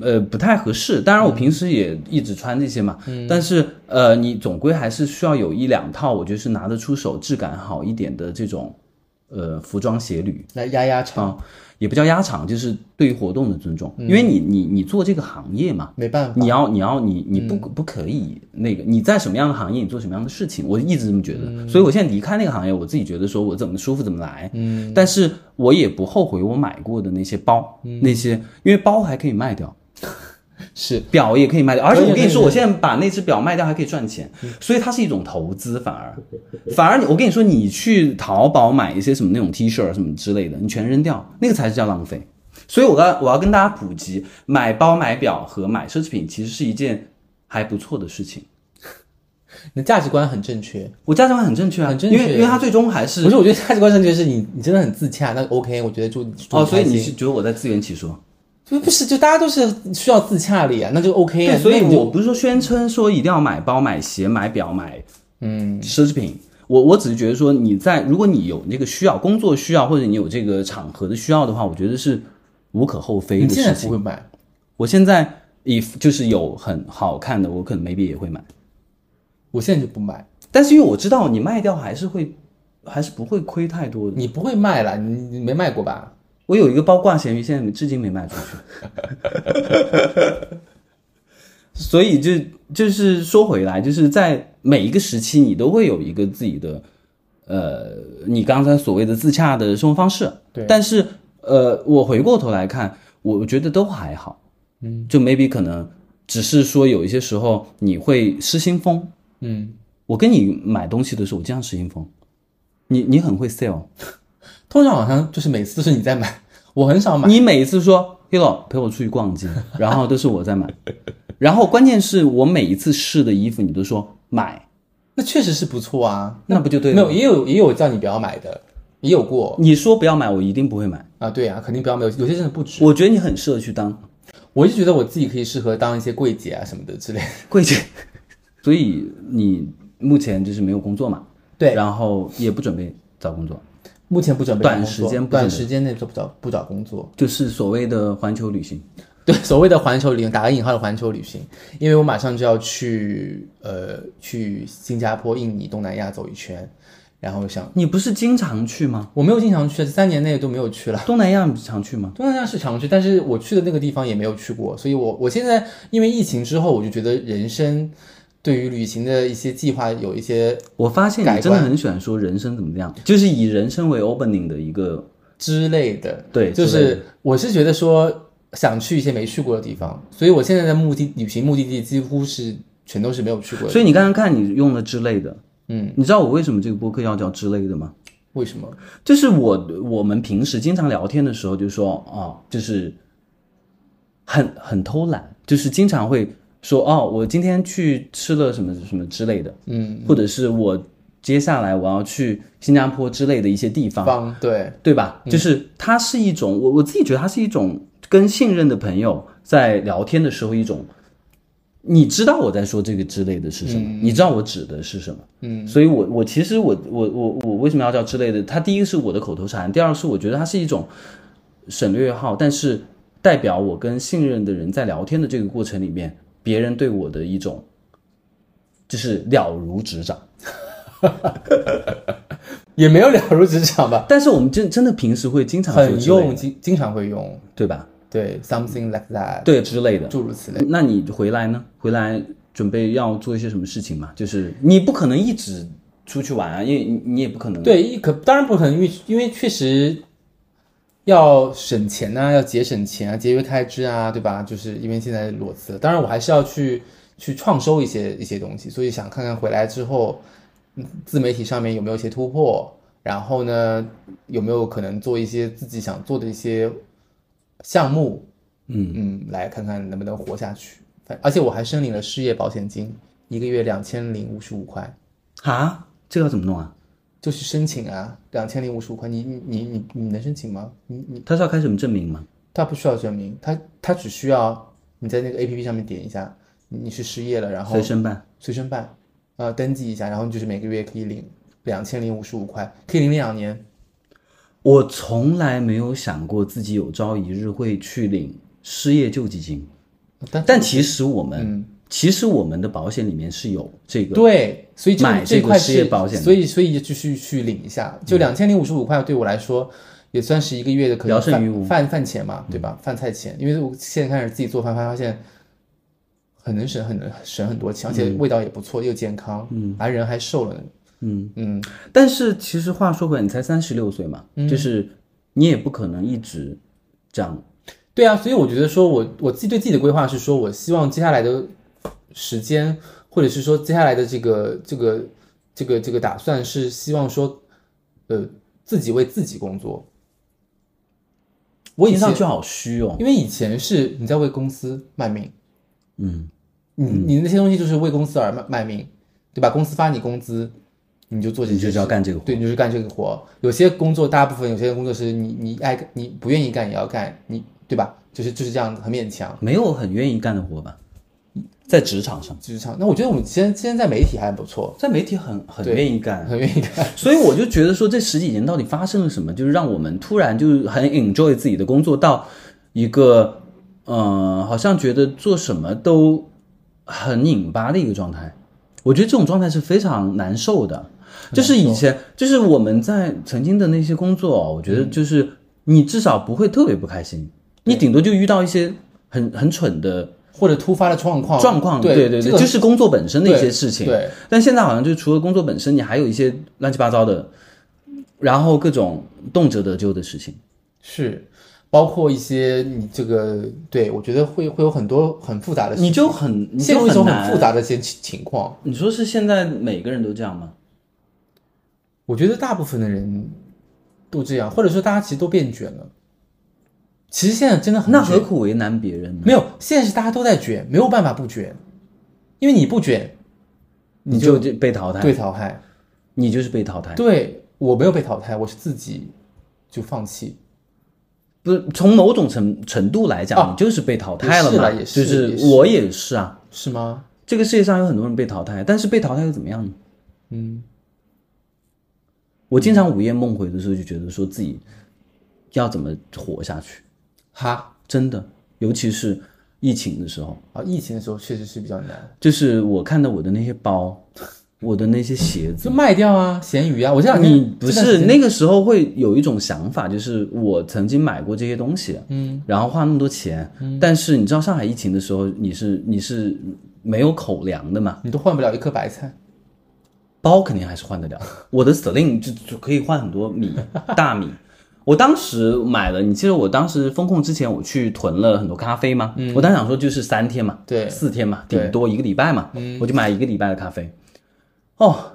[SPEAKER 1] 呃，不太合适。当然，
[SPEAKER 2] 嗯
[SPEAKER 1] 我平时也一直穿这些嘛，但是呃，你总归还是需要有一两套，我觉得是拿得出手、质感好一点的这种呃服装鞋履。
[SPEAKER 2] 来压压
[SPEAKER 1] 啊
[SPEAKER 2] 场，
[SPEAKER 1] 也不叫压场，就是对于活动的尊
[SPEAKER 2] 嗯
[SPEAKER 1] 重，因为你你你做这个行业嘛，
[SPEAKER 2] 没办法，嗯
[SPEAKER 1] 你要你要你你不、不可以那个你在什么样的行业你做什么样的事情，我一直这么觉得，
[SPEAKER 2] 嗯
[SPEAKER 1] 所以我现在离开那个行业，我自己觉得说我怎么舒服怎么来，嗯，但是
[SPEAKER 2] 嗯
[SPEAKER 1] 我也不后悔我买过的那些包，那些因为包还可以卖掉，
[SPEAKER 2] 是
[SPEAKER 1] 表也可以卖掉，而且
[SPEAKER 2] 对
[SPEAKER 1] 我跟你说，
[SPEAKER 2] 对对
[SPEAKER 1] 我现在把那只表卖掉还可以赚钱，所以它是一种投资，反而，反而你我跟你说，你去淘宝买一些什么那种 T 恤啊什么之类的，你全扔掉，那个才是叫浪费。所以我刚我要跟大家普及，买包、买表和买奢侈品其实是一件还不错的事情。
[SPEAKER 2] 你的价值观很正确。
[SPEAKER 1] 我价值观很正确啊，
[SPEAKER 2] 很正确
[SPEAKER 1] 因为因为它最终还是
[SPEAKER 2] 不是，我觉得价值观正确是你，你真的很自洽，那 OK，我觉得祝你祝
[SPEAKER 1] 哦，所以
[SPEAKER 2] 开
[SPEAKER 1] 你
[SPEAKER 2] 心
[SPEAKER 1] 是觉得我在自圆其说？
[SPEAKER 2] 不不是，就大家都是需要自洽的呀，那就 OK 啊。
[SPEAKER 1] 对，所以
[SPEAKER 2] 那你就
[SPEAKER 1] 我不是说宣称说一定要买包、买鞋、买表、买嗯奢侈品，我我只是觉得说你在如果你有那个需要、工作需要或者你有这个场合的需要的话，我觉得是无可厚非
[SPEAKER 2] 你
[SPEAKER 1] 的
[SPEAKER 2] 现在
[SPEAKER 1] 事
[SPEAKER 2] 不
[SPEAKER 1] 情。
[SPEAKER 2] 会买，
[SPEAKER 1] 我现在 if 就是有很好看的，我可能 maybe 也会买，
[SPEAKER 2] 我现在就不买，
[SPEAKER 1] 但是因为我知道你卖掉还是会还是不会亏太多的。
[SPEAKER 2] 你不会卖啦，你你没卖过吧？
[SPEAKER 1] 我有一个包挂咸鱼，现在至今没卖出去。 所以就就是说回来，就是在每一个时期，你都会有一个自己的，呃，你刚才所谓的自洽的生活方式。
[SPEAKER 2] 对
[SPEAKER 1] 但是呃，我回过头来看，我我觉得都还好。嗯，就 maybe 可能只是说有一些时候你会失心疯。
[SPEAKER 2] 嗯，
[SPEAKER 1] 我跟你买东西的时候，我经常失心疯。你你很会 sell，
[SPEAKER 2] 通常好像就是每次都是你在买，我很少买。
[SPEAKER 1] 你每一次说 Hilo 陪我出去逛街，然后都是我在买，然后关键是我每一次试的衣服你都说买，
[SPEAKER 2] 那确实是不错啊，
[SPEAKER 1] 那不就对
[SPEAKER 2] 没
[SPEAKER 1] 了？
[SPEAKER 2] 有也有也有叫你不要买的，也有过
[SPEAKER 1] 你说不要买，我一定不会买。
[SPEAKER 2] 啊，对啊，肯定不要买，有有些真的不值。
[SPEAKER 1] 我觉得你很适合去当
[SPEAKER 2] 我就觉得我自己可以适合当一些柜姐啊什么的之类的。
[SPEAKER 1] 柜姐， 所以你目前就是没有工作嘛？
[SPEAKER 2] 对
[SPEAKER 1] 然后也不准备找工作，
[SPEAKER 2] 目前不准备
[SPEAKER 1] 短
[SPEAKER 2] 找工作
[SPEAKER 1] 时间不准备
[SPEAKER 2] 短时间内就不找不找工作。
[SPEAKER 1] 就是所谓的环球旅行。
[SPEAKER 2] 对，所谓的环球旅行，打个引号的环球旅行，因为我马上就要去呃去新加坡、印尼、东南亚走一圈，然后想
[SPEAKER 1] 你不是经常去吗？
[SPEAKER 2] 我没有经常去，三年内都没有去了。
[SPEAKER 1] 东南亚你常去吗？
[SPEAKER 2] 东南亚是常去，但是我去的那个地方也没有去过，所以我我现在因为疫情之后，我就觉得人生对于旅行的一些计划有一些
[SPEAKER 1] 我发现
[SPEAKER 2] 改
[SPEAKER 1] 你
[SPEAKER 2] 观
[SPEAKER 1] 真的很喜欢说人生怎么样，就是以人生为 opening 的一个
[SPEAKER 2] 之类的，
[SPEAKER 1] 对
[SPEAKER 2] 就
[SPEAKER 1] 之类
[SPEAKER 2] 是我是觉得说想去一些没去过的地方，所以我现在的目的旅行目的地几乎是全都是没有去过的，
[SPEAKER 1] 所以你刚刚看你用了之类的，
[SPEAKER 2] 嗯，
[SPEAKER 1] 你知道我为什么这个播客要叫之类的吗？
[SPEAKER 2] 为什么？
[SPEAKER 1] 就是我我们平时经常聊天的时候就说啊、就是很很偷懒，就是经常会说哦，我今天去吃了什么什么之类的，
[SPEAKER 2] 嗯，
[SPEAKER 1] 或者是我接下来我要去新加坡之类的一些地方，
[SPEAKER 2] 方对。
[SPEAKER 1] 对吧？
[SPEAKER 2] 嗯
[SPEAKER 1] 就是它是一种我我自己觉得它是一种跟信任的朋友在聊天的时候一种，你知道我在说这个之类的是什么，
[SPEAKER 2] 嗯
[SPEAKER 1] 你知道我指的是什么，嗯，所以我我其实我我我我为什么要叫之类的？它第一个是我的口头禅，第二个是我觉得它是一种省略号，但是代表我跟信任的人在聊天的这个过程里面，别人对我的一种就是了如指掌。
[SPEAKER 2] 也没有了如指掌吧，
[SPEAKER 1] 但是我们真真的平时会经常说
[SPEAKER 2] 很
[SPEAKER 1] 之类的
[SPEAKER 2] 用，经经常会用，
[SPEAKER 1] 对吧？
[SPEAKER 2] 对，something like that，
[SPEAKER 1] 对之类的。
[SPEAKER 2] 诸如此类。
[SPEAKER 1] 那你回来呢？回来准备要做一些什么事情嘛？就是你不可能一直出去玩啊，因为你你也不可能。
[SPEAKER 2] 对，一可当然不可能，因为因为确实要省钱呐、要节省钱啊，节约开支啊，对吧？就是因为现在裸辞，当然我还是要去去创收一些一些东西，所以想看看回来之后，嗯自媒体上面有没有一些突破，然后呢，有没有可能做一些自己想做的一些项目，嗯嗯，来看看能不能活下去。反而且我还申领了失业保险金，一个月两千零五十五块。
[SPEAKER 1] 啊，这个要怎么弄啊？
[SPEAKER 2] 就去申请啊，两千零五十五块，你你你你你能申请吗？你你
[SPEAKER 1] 他是要开什么证明吗？
[SPEAKER 2] 他不需要证明，他他只需要你在那个 A P P 上面点一下，你你是失业了，然后
[SPEAKER 1] 随身办。
[SPEAKER 2] 随身办，呃，登记一下，然后就是每个月可以领两千零五十五块，可以领两年。
[SPEAKER 1] 我从来没有想过自己有朝一日会去领失业救济金，
[SPEAKER 2] 但嗯
[SPEAKER 1] 但其实我们、其实我们的保险里面是有这个。
[SPEAKER 2] 对，所以这
[SPEAKER 1] 买
[SPEAKER 2] 这
[SPEAKER 1] 这个
[SPEAKER 2] 块
[SPEAKER 1] 失
[SPEAKER 2] 是
[SPEAKER 1] 业保险的
[SPEAKER 2] 所以所以就去去领一下，就两千零五十五块对我来说。也算是一个月的可能
[SPEAKER 1] 聊胜于
[SPEAKER 2] 饭
[SPEAKER 1] 无嗯
[SPEAKER 2] 饭饭钱嘛，对吧？饭菜钱，因为我现在开始自己做饭，发现很能省，很能省很多钱，而且
[SPEAKER 1] 嗯
[SPEAKER 2] 味道也不错，又健康，嗯，而人还瘦了呢，嗯嗯，
[SPEAKER 1] 但是其实话说回来，你才三十六岁嘛，就是你也不可能一直这样
[SPEAKER 2] 对啊，所以我觉得说我我自己对自己的规划是说，我希望接下来的时间，或者是说接下来的这个这个这个这个打算是希望说，呃，自己为自己工作。我以
[SPEAKER 1] 听上
[SPEAKER 2] 前
[SPEAKER 1] 去好虚哦。
[SPEAKER 2] 因为以前是你在为公司卖命，
[SPEAKER 1] 嗯，
[SPEAKER 2] 你你那些东西就是为公司而卖卖命，对吧？公司发你工资，你就做这
[SPEAKER 1] 你
[SPEAKER 2] 些事，
[SPEAKER 1] 就是要干这个活
[SPEAKER 2] 对，你就是干这个活。有些工作，大部分有些工作是你你爱你不愿意干也要干，你对吧？就是就是这样子，很勉强。
[SPEAKER 1] 没有很愿意干的活吧，在职场上，
[SPEAKER 2] 职场，那我觉得我们现在现在在媒体还不错，
[SPEAKER 1] 在媒体很很愿意干，
[SPEAKER 2] 很愿意干。
[SPEAKER 1] 所以我就觉得说，这十几年到底发生了什么，就是让我们突然就是很 enjoy 自己的工作，到一个嗯、呃好像觉得做什么都很拧巴的一个状态。我觉得这种状态是非常难受的，就是以前就是我们在曾经的那些工作哦，我觉得就是你至少不会特别不开心，你顶多就遇到一些很很蠢的
[SPEAKER 2] 或者突发的状况，
[SPEAKER 1] 状况，
[SPEAKER 2] 哦对
[SPEAKER 1] 对对
[SPEAKER 2] 这
[SPEAKER 1] 对，
[SPEAKER 2] 个
[SPEAKER 1] 就是工作本身的一些
[SPEAKER 2] 对
[SPEAKER 1] 事情。
[SPEAKER 2] 对，
[SPEAKER 1] 但现在好像就除了工作本身，你还有一些乱七八糟的，然后各种动辄得咎的事情。
[SPEAKER 2] 是包括一些你这个，对我觉得会会有很多很复杂的事情，
[SPEAKER 1] 你就很你
[SPEAKER 2] 陷
[SPEAKER 1] 就
[SPEAKER 2] 入一种
[SPEAKER 1] 很
[SPEAKER 2] 很
[SPEAKER 1] 难
[SPEAKER 2] 复。杂的一些情情况。
[SPEAKER 1] 你说是现在每个人都这样吗？
[SPEAKER 2] 我觉得大部分的人都这样，或者说大家其实都变卷了。其实现在真的很
[SPEAKER 1] 那
[SPEAKER 2] 卷
[SPEAKER 1] 何苦为难别人呢？
[SPEAKER 2] 没有，现在是大家都在卷，没有办法不卷，因为你不卷
[SPEAKER 1] 你就就被淘汰，
[SPEAKER 2] 对淘汰。
[SPEAKER 1] 你就是被淘汰。
[SPEAKER 2] 对我没有被淘汰，我是自己就放弃。
[SPEAKER 1] 不是从某种程程度来讲，
[SPEAKER 2] 啊
[SPEAKER 1] 你就是被淘汰了嘛。
[SPEAKER 2] 也是啦也是
[SPEAKER 1] 就
[SPEAKER 2] 也
[SPEAKER 1] 是
[SPEAKER 2] 是
[SPEAKER 1] 我也是啊。
[SPEAKER 2] 是吗？
[SPEAKER 1] 这个世界上有很多人被淘汰，但是被淘汰又怎么样呢？
[SPEAKER 2] 嗯，
[SPEAKER 1] 我经常午夜梦回的时候就觉得说自己要怎么活下去，
[SPEAKER 2] 哈
[SPEAKER 1] 真的，尤其是疫情的时候，
[SPEAKER 2] 啊，疫情的时候确实是比较难，
[SPEAKER 1] 就是我看到我的那些包， 我的那些鞋 子
[SPEAKER 2] 就，卖掉啊，咸鱼啊。我这两天
[SPEAKER 1] 你不
[SPEAKER 2] 这段时
[SPEAKER 1] 是
[SPEAKER 2] 间
[SPEAKER 1] 那个时候会有一种想法，就是我曾经买过这些东西，
[SPEAKER 2] 嗯，
[SPEAKER 1] 然后花那么多钱，但是你知道上海疫情的时候，你是你是没有口粮的嘛，
[SPEAKER 2] 你都换不了一颗白菜，
[SPEAKER 1] 包肯定还是换得了。我的 Sling 就就可以换很多米大米。我当时买了，你记得我当时风控之前我去囤了很多咖啡吗？我当时想说就是三天嘛，
[SPEAKER 2] 嗯对
[SPEAKER 1] 四天嘛，
[SPEAKER 2] 对嗯
[SPEAKER 1] 顶多一个礼拜嘛，我就买一个礼拜的咖啡。哦，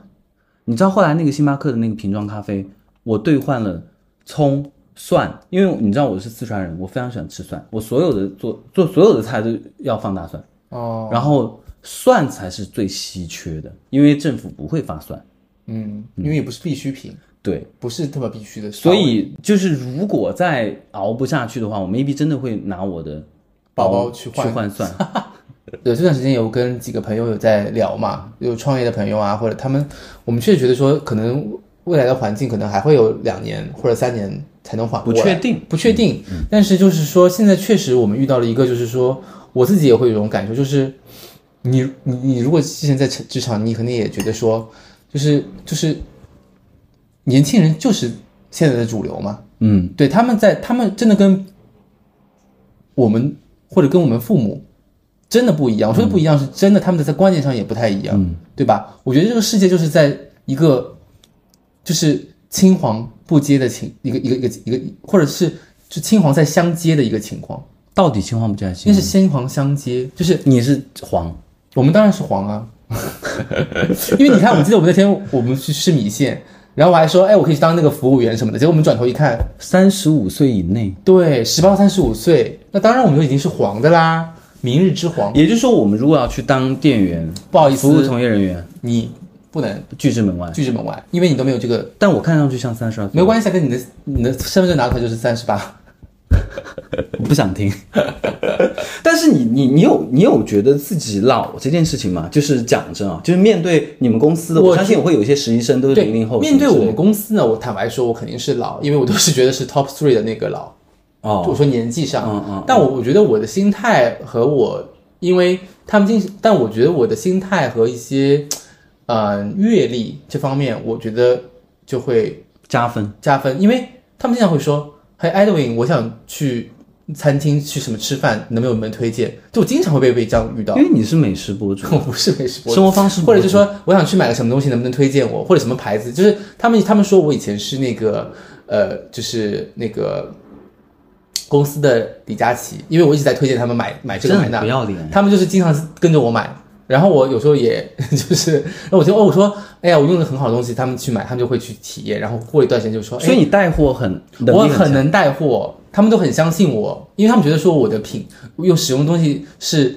[SPEAKER 1] 你知道后来那个星巴克的那个瓶装咖啡，我兑换了葱蒜，因为你知道我是四川人，我非常喜欢吃蒜，我所有的做做所有的菜都要放大蒜。
[SPEAKER 2] 哦，
[SPEAKER 1] 然后蒜才是最稀缺的，因为政府不会发蒜。
[SPEAKER 2] 嗯，因为也不是必需品，
[SPEAKER 1] 对，
[SPEAKER 2] 不是特别必须的，
[SPEAKER 1] 所以就是如果再熬不下去的话，我 maybe 真的会拿我的
[SPEAKER 2] 包
[SPEAKER 1] 包
[SPEAKER 2] 包去
[SPEAKER 1] 换
[SPEAKER 2] 换
[SPEAKER 1] 去蒜。
[SPEAKER 2] 对，这段时间有跟几个朋友有在聊嘛，有创业的朋友啊，或者他们，我们确实觉得说，可能未来的环境可能还会有两年或者三年才能缓过
[SPEAKER 1] 不
[SPEAKER 2] 来，
[SPEAKER 1] 确定，嗯
[SPEAKER 2] 不确定。但是就是说，现在确实我们遇到了一个，就是说我自己也会有一种感受，就是你你你如果之前在职职场，你肯定也觉得说，就是就是年轻人就是现在的主流嘛，
[SPEAKER 1] 嗯，
[SPEAKER 2] 对，他们在他们真的跟我们或者跟我们父母真的不一样。我说的不一样是真的，他们的在观念上也不太一样，对吧？我觉得这个世界就是在一个就是青黄不接的情一个一个一个一个，或者是就青黄在相接的一个情况，
[SPEAKER 1] 到底青黄不接还是青
[SPEAKER 2] 因为
[SPEAKER 1] 黄？
[SPEAKER 2] 是青黄相接，就是
[SPEAKER 1] 你是黄，
[SPEAKER 2] 我们当然是黄啊， 因为你看，我记得我们那天我们去吃米线，然后我还说，哎，我可以去当那个服务员什么的，结果我们转头一看。
[SPEAKER 1] 三十五岁以内，
[SPEAKER 2] 对，十八到三十五岁，那当然我们就已经是黄的啦，明日之黄，
[SPEAKER 1] 也就是说，我们如果要去当店员，
[SPEAKER 2] 不好意思
[SPEAKER 1] 服务从业人员
[SPEAKER 2] 你不能
[SPEAKER 1] 拒之门外。
[SPEAKER 2] 拒之门外，因为你都没有这个，
[SPEAKER 1] 但我看上去像三十二岁，
[SPEAKER 2] 没关系啊，跟你的你的身份证拿出来就是三十八，
[SPEAKER 1] 我不想听。 但是你你你有你有觉得自己老这件事情吗？就是讲真啊，就是面对你们公司的，我
[SPEAKER 2] 我
[SPEAKER 1] 相信我会有一些实习生都是
[SPEAKER 2] 对，
[SPEAKER 1] 零零后什
[SPEAKER 2] 面
[SPEAKER 1] 么之类
[SPEAKER 2] 对
[SPEAKER 1] 的。
[SPEAKER 2] 我们公司呢，我坦白说，我肯定是老，因为我都是觉得是 top three 的那个老，就我
[SPEAKER 1] 哦，
[SPEAKER 2] 说年纪上，
[SPEAKER 1] 嗯嗯
[SPEAKER 2] 但我我觉得我的心态和我，因为他们进，但我觉得我的心态和一些，嗯、阅历这方面，我觉得就会
[SPEAKER 1] 嗯加分。
[SPEAKER 2] 加分，因为他们经常会说：“嘿，Edwin，我想去餐厅去什么吃饭，能不能有人推荐？”就我经常会被被这样遇到
[SPEAKER 1] 因。为你是美食博主，
[SPEAKER 2] 我不是美食博主，
[SPEAKER 1] 生活方式博主
[SPEAKER 2] 或者就说我想去买个什么东西，能不能推荐我？或者什么牌子？就是他们他们说我以前是那个呃，就是那个公司的李佳琦，因为我一直在推荐他们买买这个
[SPEAKER 1] 真
[SPEAKER 2] 买
[SPEAKER 1] 的
[SPEAKER 2] 那
[SPEAKER 1] 不，要脸。
[SPEAKER 2] 他们就是经常跟着我买，然后我有时候也 就是，然后我就哦，我说哎呀，我用的很好的东西，他们去买，他们就会去体验，然后过一段时间就说，
[SPEAKER 1] 所以
[SPEAKER 2] 哎，
[SPEAKER 1] 你带货很能力
[SPEAKER 2] 我
[SPEAKER 1] 很
[SPEAKER 2] 很
[SPEAKER 1] 强
[SPEAKER 2] 能带货，他们都很相信我，因为他们觉得说我的品用使用的东西是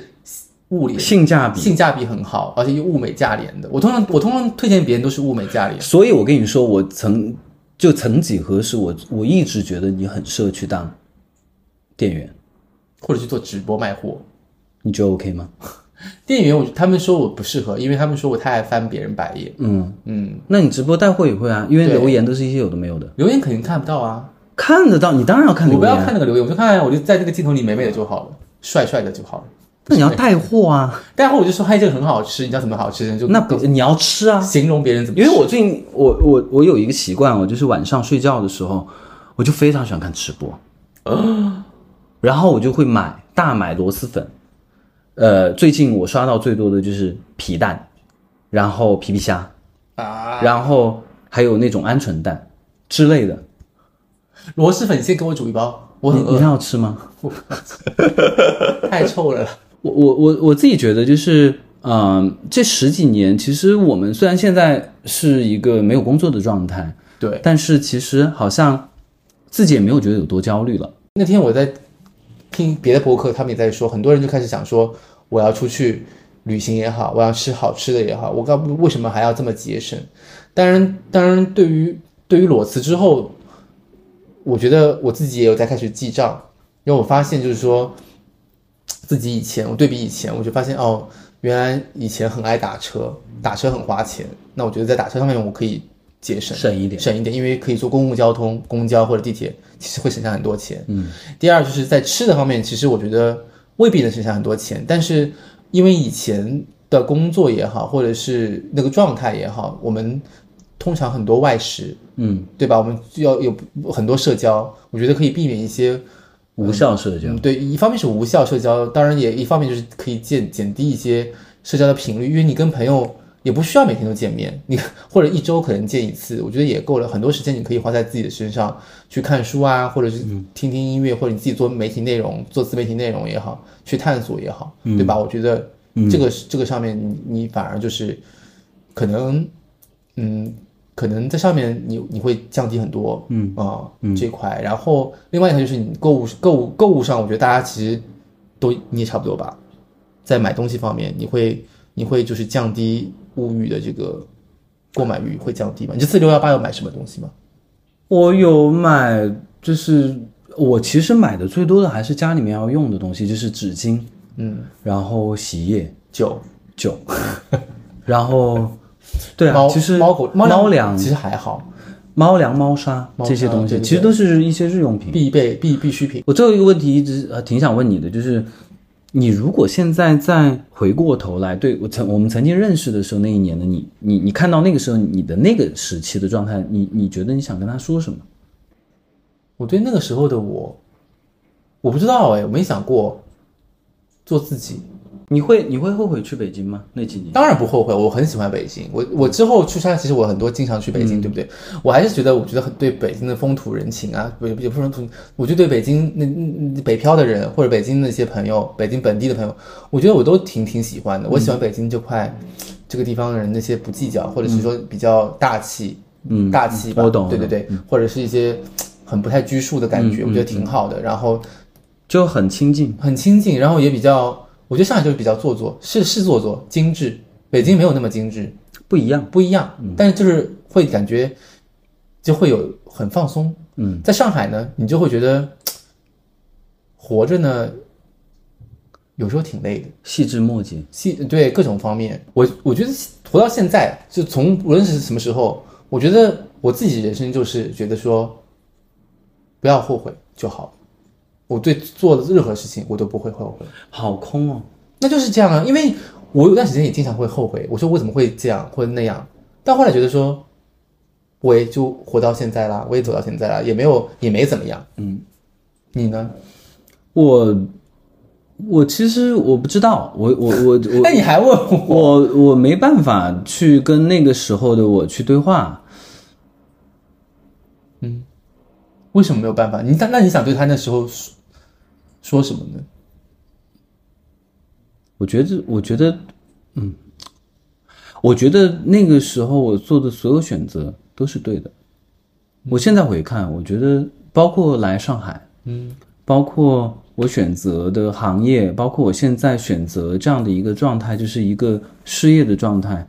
[SPEAKER 2] 物理
[SPEAKER 1] 性价比。
[SPEAKER 2] 性价比很好，而且又物美价廉的。我通常我通常推荐别人都是物美价廉，
[SPEAKER 1] 所以我跟你说，我曾就曾几何时，我我一直觉得你很适合去当店员，
[SPEAKER 2] 或者去做直播卖货。
[SPEAKER 1] 你觉得 OK 吗？
[SPEAKER 2] 店员我他们说我不适合，因为他们说我太爱翻别人白眼。
[SPEAKER 1] 嗯，
[SPEAKER 2] 嗯，
[SPEAKER 1] 那你直播带货也会啊，因为
[SPEAKER 2] 对
[SPEAKER 1] 留言都是一些有的没有的，
[SPEAKER 2] 留言肯定看不到啊，
[SPEAKER 1] 看得到，你当然要看
[SPEAKER 2] 我
[SPEAKER 1] 留
[SPEAKER 2] 不要
[SPEAKER 1] 言。啊
[SPEAKER 2] 看那个留言，我就看哎我就在那个镜头里美美的就好了，帅帅的就好了。
[SPEAKER 1] 那你要带货啊，
[SPEAKER 2] 待会儿我就说，嗨，这个很好吃，你知道怎么好吃？你就
[SPEAKER 1] 那不你要吃啊，
[SPEAKER 2] 形容别人怎么
[SPEAKER 1] 因
[SPEAKER 2] 吃，
[SPEAKER 1] 为我最近我我我有一个习惯，我就是晚上睡觉的时候，我就非常喜欢看吃 播，然后我就会买大买螺蛳粉，呃，最近我刷到最多的就是皮蛋，然后皮皮虾，
[SPEAKER 2] 啊，
[SPEAKER 1] 然后还有那种鹌鹑蛋之类的。
[SPEAKER 2] 螺蛳粉先给我煮一包，我
[SPEAKER 1] 你
[SPEAKER 2] 很
[SPEAKER 1] 你
[SPEAKER 2] 饿，
[SPEAKER 1] 看要吃吗？
[SPEAKER 2] 太臭了。
[SPEAKER 1] 我我我我自己觉得就是，嗯、这十几年其实我们虽然现在是一个没有工作的状态，
[SPEAKER 2] 对，
[SPEAKER 1] 但是其实好像自己也没有觉得有多焦虑了。
[SPEAKER 2] 那天我在听别的博客，他们也在说，很多人就开始想说，我要出去旅行也好，我要吃好吃的也好，我告不为什么还要这么节省？当然，当然，对于对于裸辞之后，我觉得我自己也有在开始记账，因为我发现就是说，自己以前我对比以前，我就发现哦，原来以前很爱打车，打车很花钱，那我觉得在打车上面我可以节省
[SPEAKER 1] 省一点
[SPEAKER 2] 省一点，因为可以坐公共交通、公交或者地铁，其实会省下很多钱。嗯，第二就是在吃的方面，其实我觉得未必能省下很多钱，但是因为以前的工作也好，或者是那个状态也好，我们通常很多外食，
[SPEAKER 1] 嗯，
[SPEAKER 2] 对吧？我们就要有很多社交，我觉得可以避免一些。
[SPEAKER 1] 无效社交。
[SPEAKER 2] 嗯，对，一方面是无效社交，当然也一方面就是可以减减低一些社交的频率，因为你跟朋友也不需要每天都见面，你或者一周可能见一次，我觉得也够了。很多时间你可以花在自己的身上，去看书啊，或者是听听音乐，或者你自己做媒体内容，做自媒体内容也好，去探索也好，对吧？我觉得这个、这个上面你你反而就是可能，嗯，可能在上面你你会降低很多，嗯啊、这一块。然后另外一条就是你购物购物购物上，我觉得大家其实都你也差不多吧，在买东西方面，你会你会就是降低物欲的这个购买欲会降低吗？你这次六幺八有买什么东西吗？
[SPEAKER 1] 我有买，就是我其实买的最多的还是家里面要用的东西，就是纸巾，
[SPEAKER 2] 嗯，
[SPEAKER 1] 然后洗衣液、
[SPEAKER 2] 酒，
[SPEAKER 1] 酒，然后对啊，
[SPEAKER 2] 猫
[SPEAKER 1] 其实
[SPEAKER 2] 猫狗
[SPEAKER 1] 猫
[SPEAKER 2] 粮
[SPEAKER 1] 粮、
[SPEAKER 2] 其实还好，
[SPEAKER 1] 猫粮、猫砂
[SPEAKER 2] 猫砂
[SPEAKER 1] 这些东
[SPEAKER 2] 对
[SPEAKER 1] 西，
[SPEAKER 2] 对
[SPEAKER 1] 其实都是一些日用品。
[SPEAKER 2] 必备必必需品。
[SPEAKER 1] 我最后一个问题一直呃挺想问你的，就是你如果现在再回过头来，对我曾我们曾经认识的时候那一年的你，你你看到那个时候你的那个时期的状态，你你觉得你想跟他说什么？
[SPEAKER 2] 我对那个时候的我，我不知道哎，我没想过做自己。
[SPEAKER 1] 你会你会后悔去北京吗？那几年？
[SPEAKER 2] 当然不后悔，我很喜欢北京。我我之后出差，其实我很多经常去北京，对不对？我还是觉得，我觉得很对北京的风土人情啊，不也不是风土，我就对北京那那北漂的人或者北京那些朋友，北京本地的朋友，我觉得我都挺挺喜欢的。我喜欢北京这块、这个地方的人那些不计较，或者是说比较大气，嗯，大气吧，
[SPEAKER 1] 我懂我
[SPEAKER 2] 对对
[SPEAKER 1] 懂
[SPEAKER 2] 对，或者是一些很不太拘束的感觉，我觉得挺好的。然后
[SPEAKER 1] 就很亲近。
[SPEAKER 2] 很亲近，然后也比较，我觉得上海就是比较做作，是是做作，精致。北京没有那么精致，
[SPEAKER 1] 不一样。
[SPEAKER 2] 不一样，但是就是会感觉就会有很放松。
[SPEAKER 1] 嗯，
[SPEAKER 2] 在上海呢，你就会觉得活着呢，有时候挺累的。
[SPEAKER 1] 细枝末节。
[SPEAKER 2] 细对各种方面，我我觉得活到现在，就从无论是什么时候，我觉得我自己人生就是觉得说，不要后悔就好。我对做的任何事情，我都不会后悔。
[SPEAKER 1] 好空哦。
[SPEAKER 2] 那就是这样啊，因为我有段时间也经常会后悔，我说我怎么会这样或者那样，但后来觉得说，我也就活到现在啦，我也走到现在啦，也没有也没怎么样，嗯，你呢？
[SPEAKER 1] 我我其实我不知道，我我我
[SPEAKER 2] 那哎你还问我？
[SPEAKER 1] 我我我没办法去跟那个时候的我去对话。
[SPEAKER 2] 为什么没有办法？你那那你想对他那时候说说什么呢？
[SPEAKER 1] 我觉得，我觉得，嗯，我觉得那个时候我做的所有选择都是对的。我现在回看，我觉得包括来上海，
[SPEAKER 2] 嗯，
[SPEAKER 1] 包括我选择的行业，包括我现在选择这样的一个状态，就是一个失业的状态，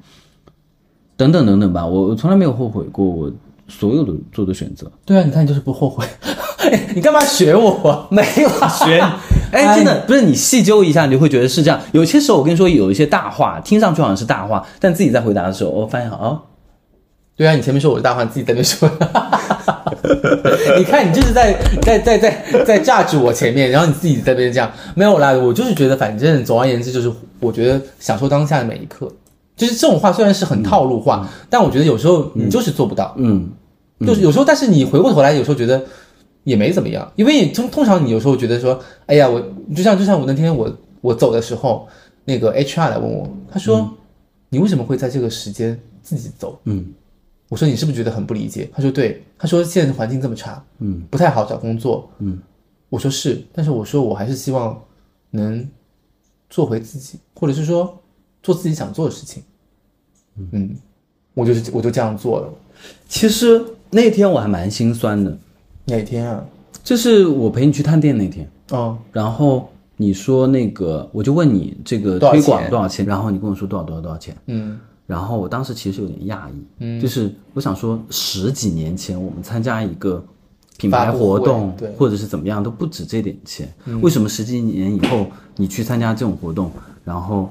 [SPEAKER 1] 等等等等吧。我我从来没有后悔过我所有的做的选择。
[SPEAKER 2] 对啊，你看你就是不后悔， 哎你干嘛学我？
[SPEAKER 1] 没有学， 哎，真的不是你细究一下，你就会觉得是这样。有些时候我跟你说，有一些大话听上去好像是大话，但自己在回答的时候，我、发现哦，
[SPEAKER 2] 对啊，你前面说我是大话，你自己在那说。 你看，你就是在在在在在榨取我前面，然后你自己在那边这样，没有啦。我就是觉得，反正总而言之，就是我觉得享受当下的每一刻。就是这种话虽然是很套路化，但我觉得有时候你就是做不到。
[SPEAKER 1] 嗯，
[SPEAKER 2] 就是有时候，但是你回过头来，有时候觉得也没怎么样，因为通通常你有时候觉得说，哎呀，我就像就像我那天我我走的时候，那个 HR 来问我，他说、你为什么会在这个时间自己走？
[SPEAKER 1] 嗯，
[SPEAKER 2] 我说你是不是觉得很不理解？他说对，他说现在环境这么差，
[SPEAKER 1] 嗯，
[SPEAKER 2] 不太好找工作，
[SPEAKER 1] 嗯，
[SPEAKER 2] 我说是，但是我说我还是希望能做回自己，或者是说做自己想做的事情，嗯，我就是我就这样做了。
[SPEAKER 1] 其实那天我还蛮心酸的，
[SPEAKER 2] 哪天啊？
[SPEAKER 1] 就是我陪你去探店那天，
[SPEAKER 2] 哦，
[SPEAKER 1] 然后你说那个，我就问你这个
[SPEAKER 2] 多少
[SPEAKER 1] 推广
[SPEAKER 2] 钱
[SPEAKER 1] 多少钱，然后你跟我说多少多少多少钱，
[SPEAKER 2] 嗯
[SPEAKER 1] 然后我当时其实有点讶异，就是我想说十几年前我们参加一个品牌活
[SPEAKER 2] 发
[SPEAKER 1] 动
[SPEAKER 2] 布会对，嗯
[SPEAKER 1] 或者是怎么样，都不止这点钱。为什么十几年以后你去参加这种活动，然后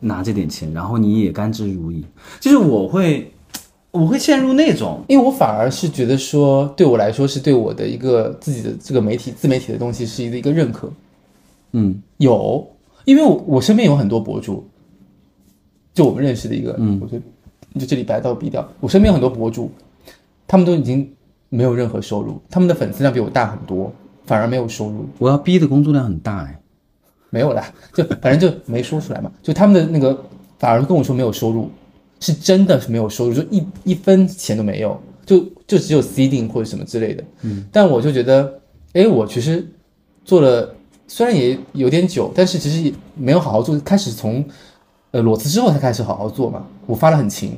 [SPEAKER 1] 拿这点钱，然后你也甘之如饴？就是我会，我会陷入那种，
[SPEAKER 2] 因为我反而是觉得说，对我来说是对我的一个自己的这个媒体自媒体的东西是一个一个认可。
[SPEAKER 1] 嗯
[SPEAKER 2] 有，因为我我身边有很多博主，就我们认识的一个，嗯，我就就这里白到毙掉。我身边有很多博主，他们都已经没有任何收入，他们的粉丝量比我大很多，反而没有收入，
[SPEAKER 1] 我要逼的工作量很大哎。
[SPEAKER 2] 没有啦，就反正就没说出来嘛。就他们的那个反而跟我说没有收入，是真的是没有收入，就一一分钱都没有，就就只有 seeding 或者什么之类的。嗯，但我就觉得，哎，我其实做了，虽然也有点久，但是其实也没有好好做。开始从呃裸辞之后才开始好好做嘛，我发的很勤，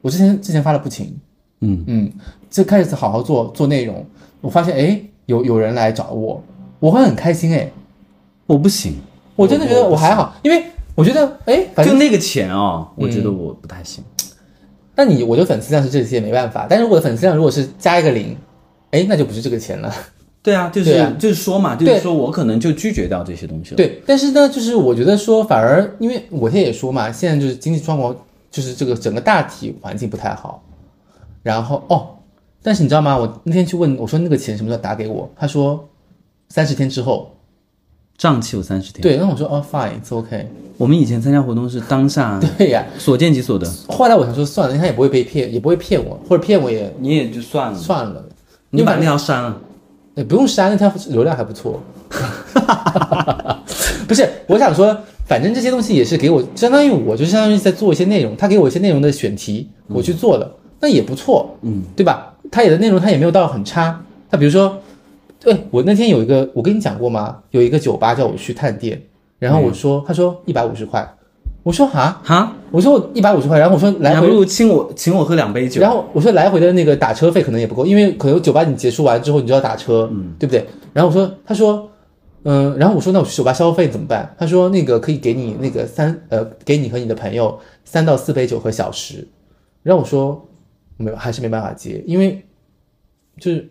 [SPEAKER 2] 我之前之前发的不勤，
[SPEAKER 1] 嗯
[SPEAKER 2] 嗯，就开始好好做做内容，我发现哎有有人来找我，我会很开心哎。
[SPEAKER 1] 我不行，
[SPEAKER 2] 我真的觉得我还好，因为我觉得，哎，反
[SPEAKER 1] 就
[SPEAKER 2] 正嗯
[SPEAKER 1] 那个钱哦，我觉得我不太行。
[SPEAKER 2] 那你我的粉丝量是这些没办法，但是我的粉丝量如果是加一个零，哎，那就不是这个钱了。
[SPEAKER 1] 对啊，就是、
[SPEAKER 2] 对啊
[SPEAKER 1] 就是说嘛，就
[SPEAKER 2] 对
[SPEAKER 1] 是说我可能就拒绝掉这些东西了。
[SPEAKER 2] 对，但是呢，就是我觉得说，反而因为我现在也说嘛，现在就是经济状况，就是这个整个大体环境不太好。然后哦，但是你知道吗？我那天去问我说那个钱什么时候打给我，他说三十天之后。
[SPEAKER 1] 胀气有三十天。
[SPEAKER 2] 对，那我说哦，fine，it's okay。
[SPEAKER 1] 我们以前参加活动是当下
[SPEAKER 2] 对呀、
[SPEAKER 1] 所见即所得，
[SPEAKER 2] 后来我想说算了，他也不会被骗，也不会骗我，或者骗我也
[SPEAKER 1] 你也就算了，
[SPEAKER 2] 算了。
[SPEAKER 1] 你把那条啊删了。
[SPEAKER 2] 也呃不用删，那条流量还不错。 不是，我想说，反正这些东西也是给我，相当于我就相当于在做一些内容，他给我一些内容的选题，我去做了，那也不错，
[SPEAKER 1] 嗯，
[SPEAKER 2] 对吧？他也的内容他也没有到很差，他比如说，对我那天有一个，我跟你讲过吗？有一个酒吧叫我去探店，然后我说，他说一百五十块，我说哈，
[SPEAKER 1] 哈，
[SPEAKER 2] 我说一百五十块，然后我说
[SPEAKER 1] 你
[SPEAKER 2] 来
[SPEAKER 1] 还
[SPEAKER 2] 回
[SPEAKER 1] 不如请我请我喝两杯酒。
[SPEAKER 2] 然后我说来回的那个打车费可能也不够，因为可能酒吧你结束完之后你就要打车，对不对？然后我说，他说，嗯、然后我说那我去酒吧消费怎么办？他说那个可以给你那个三呃，给你和你的朋友三到四杯酒和小食。然后我说没有，还是没办法接，因为就是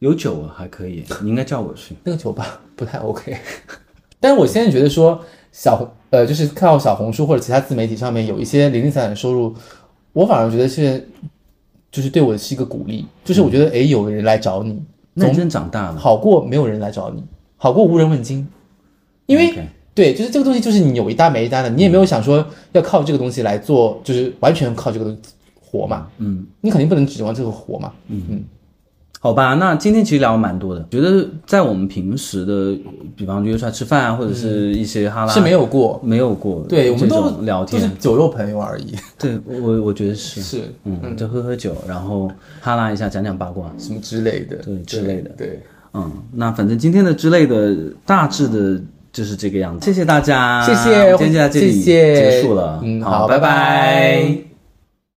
[SPEAKER 1] 有酒啊，还可以，你应该叫我去。
[SPEAKER 2] 那个酒吧不太 OK。但是我现在觉得说小呃，就是看到小红书或者其他自媒体上面有一些零零散散的收入，我反而觉得是就是对我是一个鼓励，就是我觉得诶，有人来找你，
[SPEAKER 1] 那你真长大了，
[SPEAKER 2] 好过没有人来找你，好过无人问津，因为。
[SPEAKER 1] OK
[SPEAKER 2] 对，就是这个东西，就是你有一搭没一搭的，你也没有想说要靠这个东西来做，就是完全靠这个东西活嘛。
[SPEAKER 1] 嗯，
[SPEAKER 2] 你肯定不能指望这个活嘛。
[SPEAKER 1] 好吧，那今天其实聊了蛮多的，觉得在我们平时的，比方约出来吃饭啊，或者是一些哈拉，
[SPEAKER 2] 是没有过。
[SPEAKER 1] 没有过
[SPEAKER 2] 对，我们
[SPEAKER 1] 这
[SPEAKER 2] 都
[SPEAKER 1] 种聊
[SPEAKER 2] 都
[SPEAKER 1] 天
[SPEAKER 2] 是。酒肉朋友而已。
[SPEAKER 1] 对我，我觉得是，
[SPEAKER 2] 是，
[SPEAKER 1] 嗯嗯，就喝喝酒，然后哈拉一下，讲讲八卦。
[SPEAKER 2] 什么之类的，
[SPEAKER 1] 对之类的
[SPEAKER 2] 对，
[SPEAKER 1] 嗯，那反正今天的之类的大致的就是这个样子，谢谢大家，
[SPEAKER 2] 谢谢
[SPEAKER 1] 今天就在这里
[SPEAKER 2] 谢谢
[SPEAKER 1] 结束了，
[SPEAKER 2] 嗯
[SPEAKER 1] 好，
[SPEAKER 2] 好
[SPEAKER 1] 拜
[SPEAKER 2] 拜拜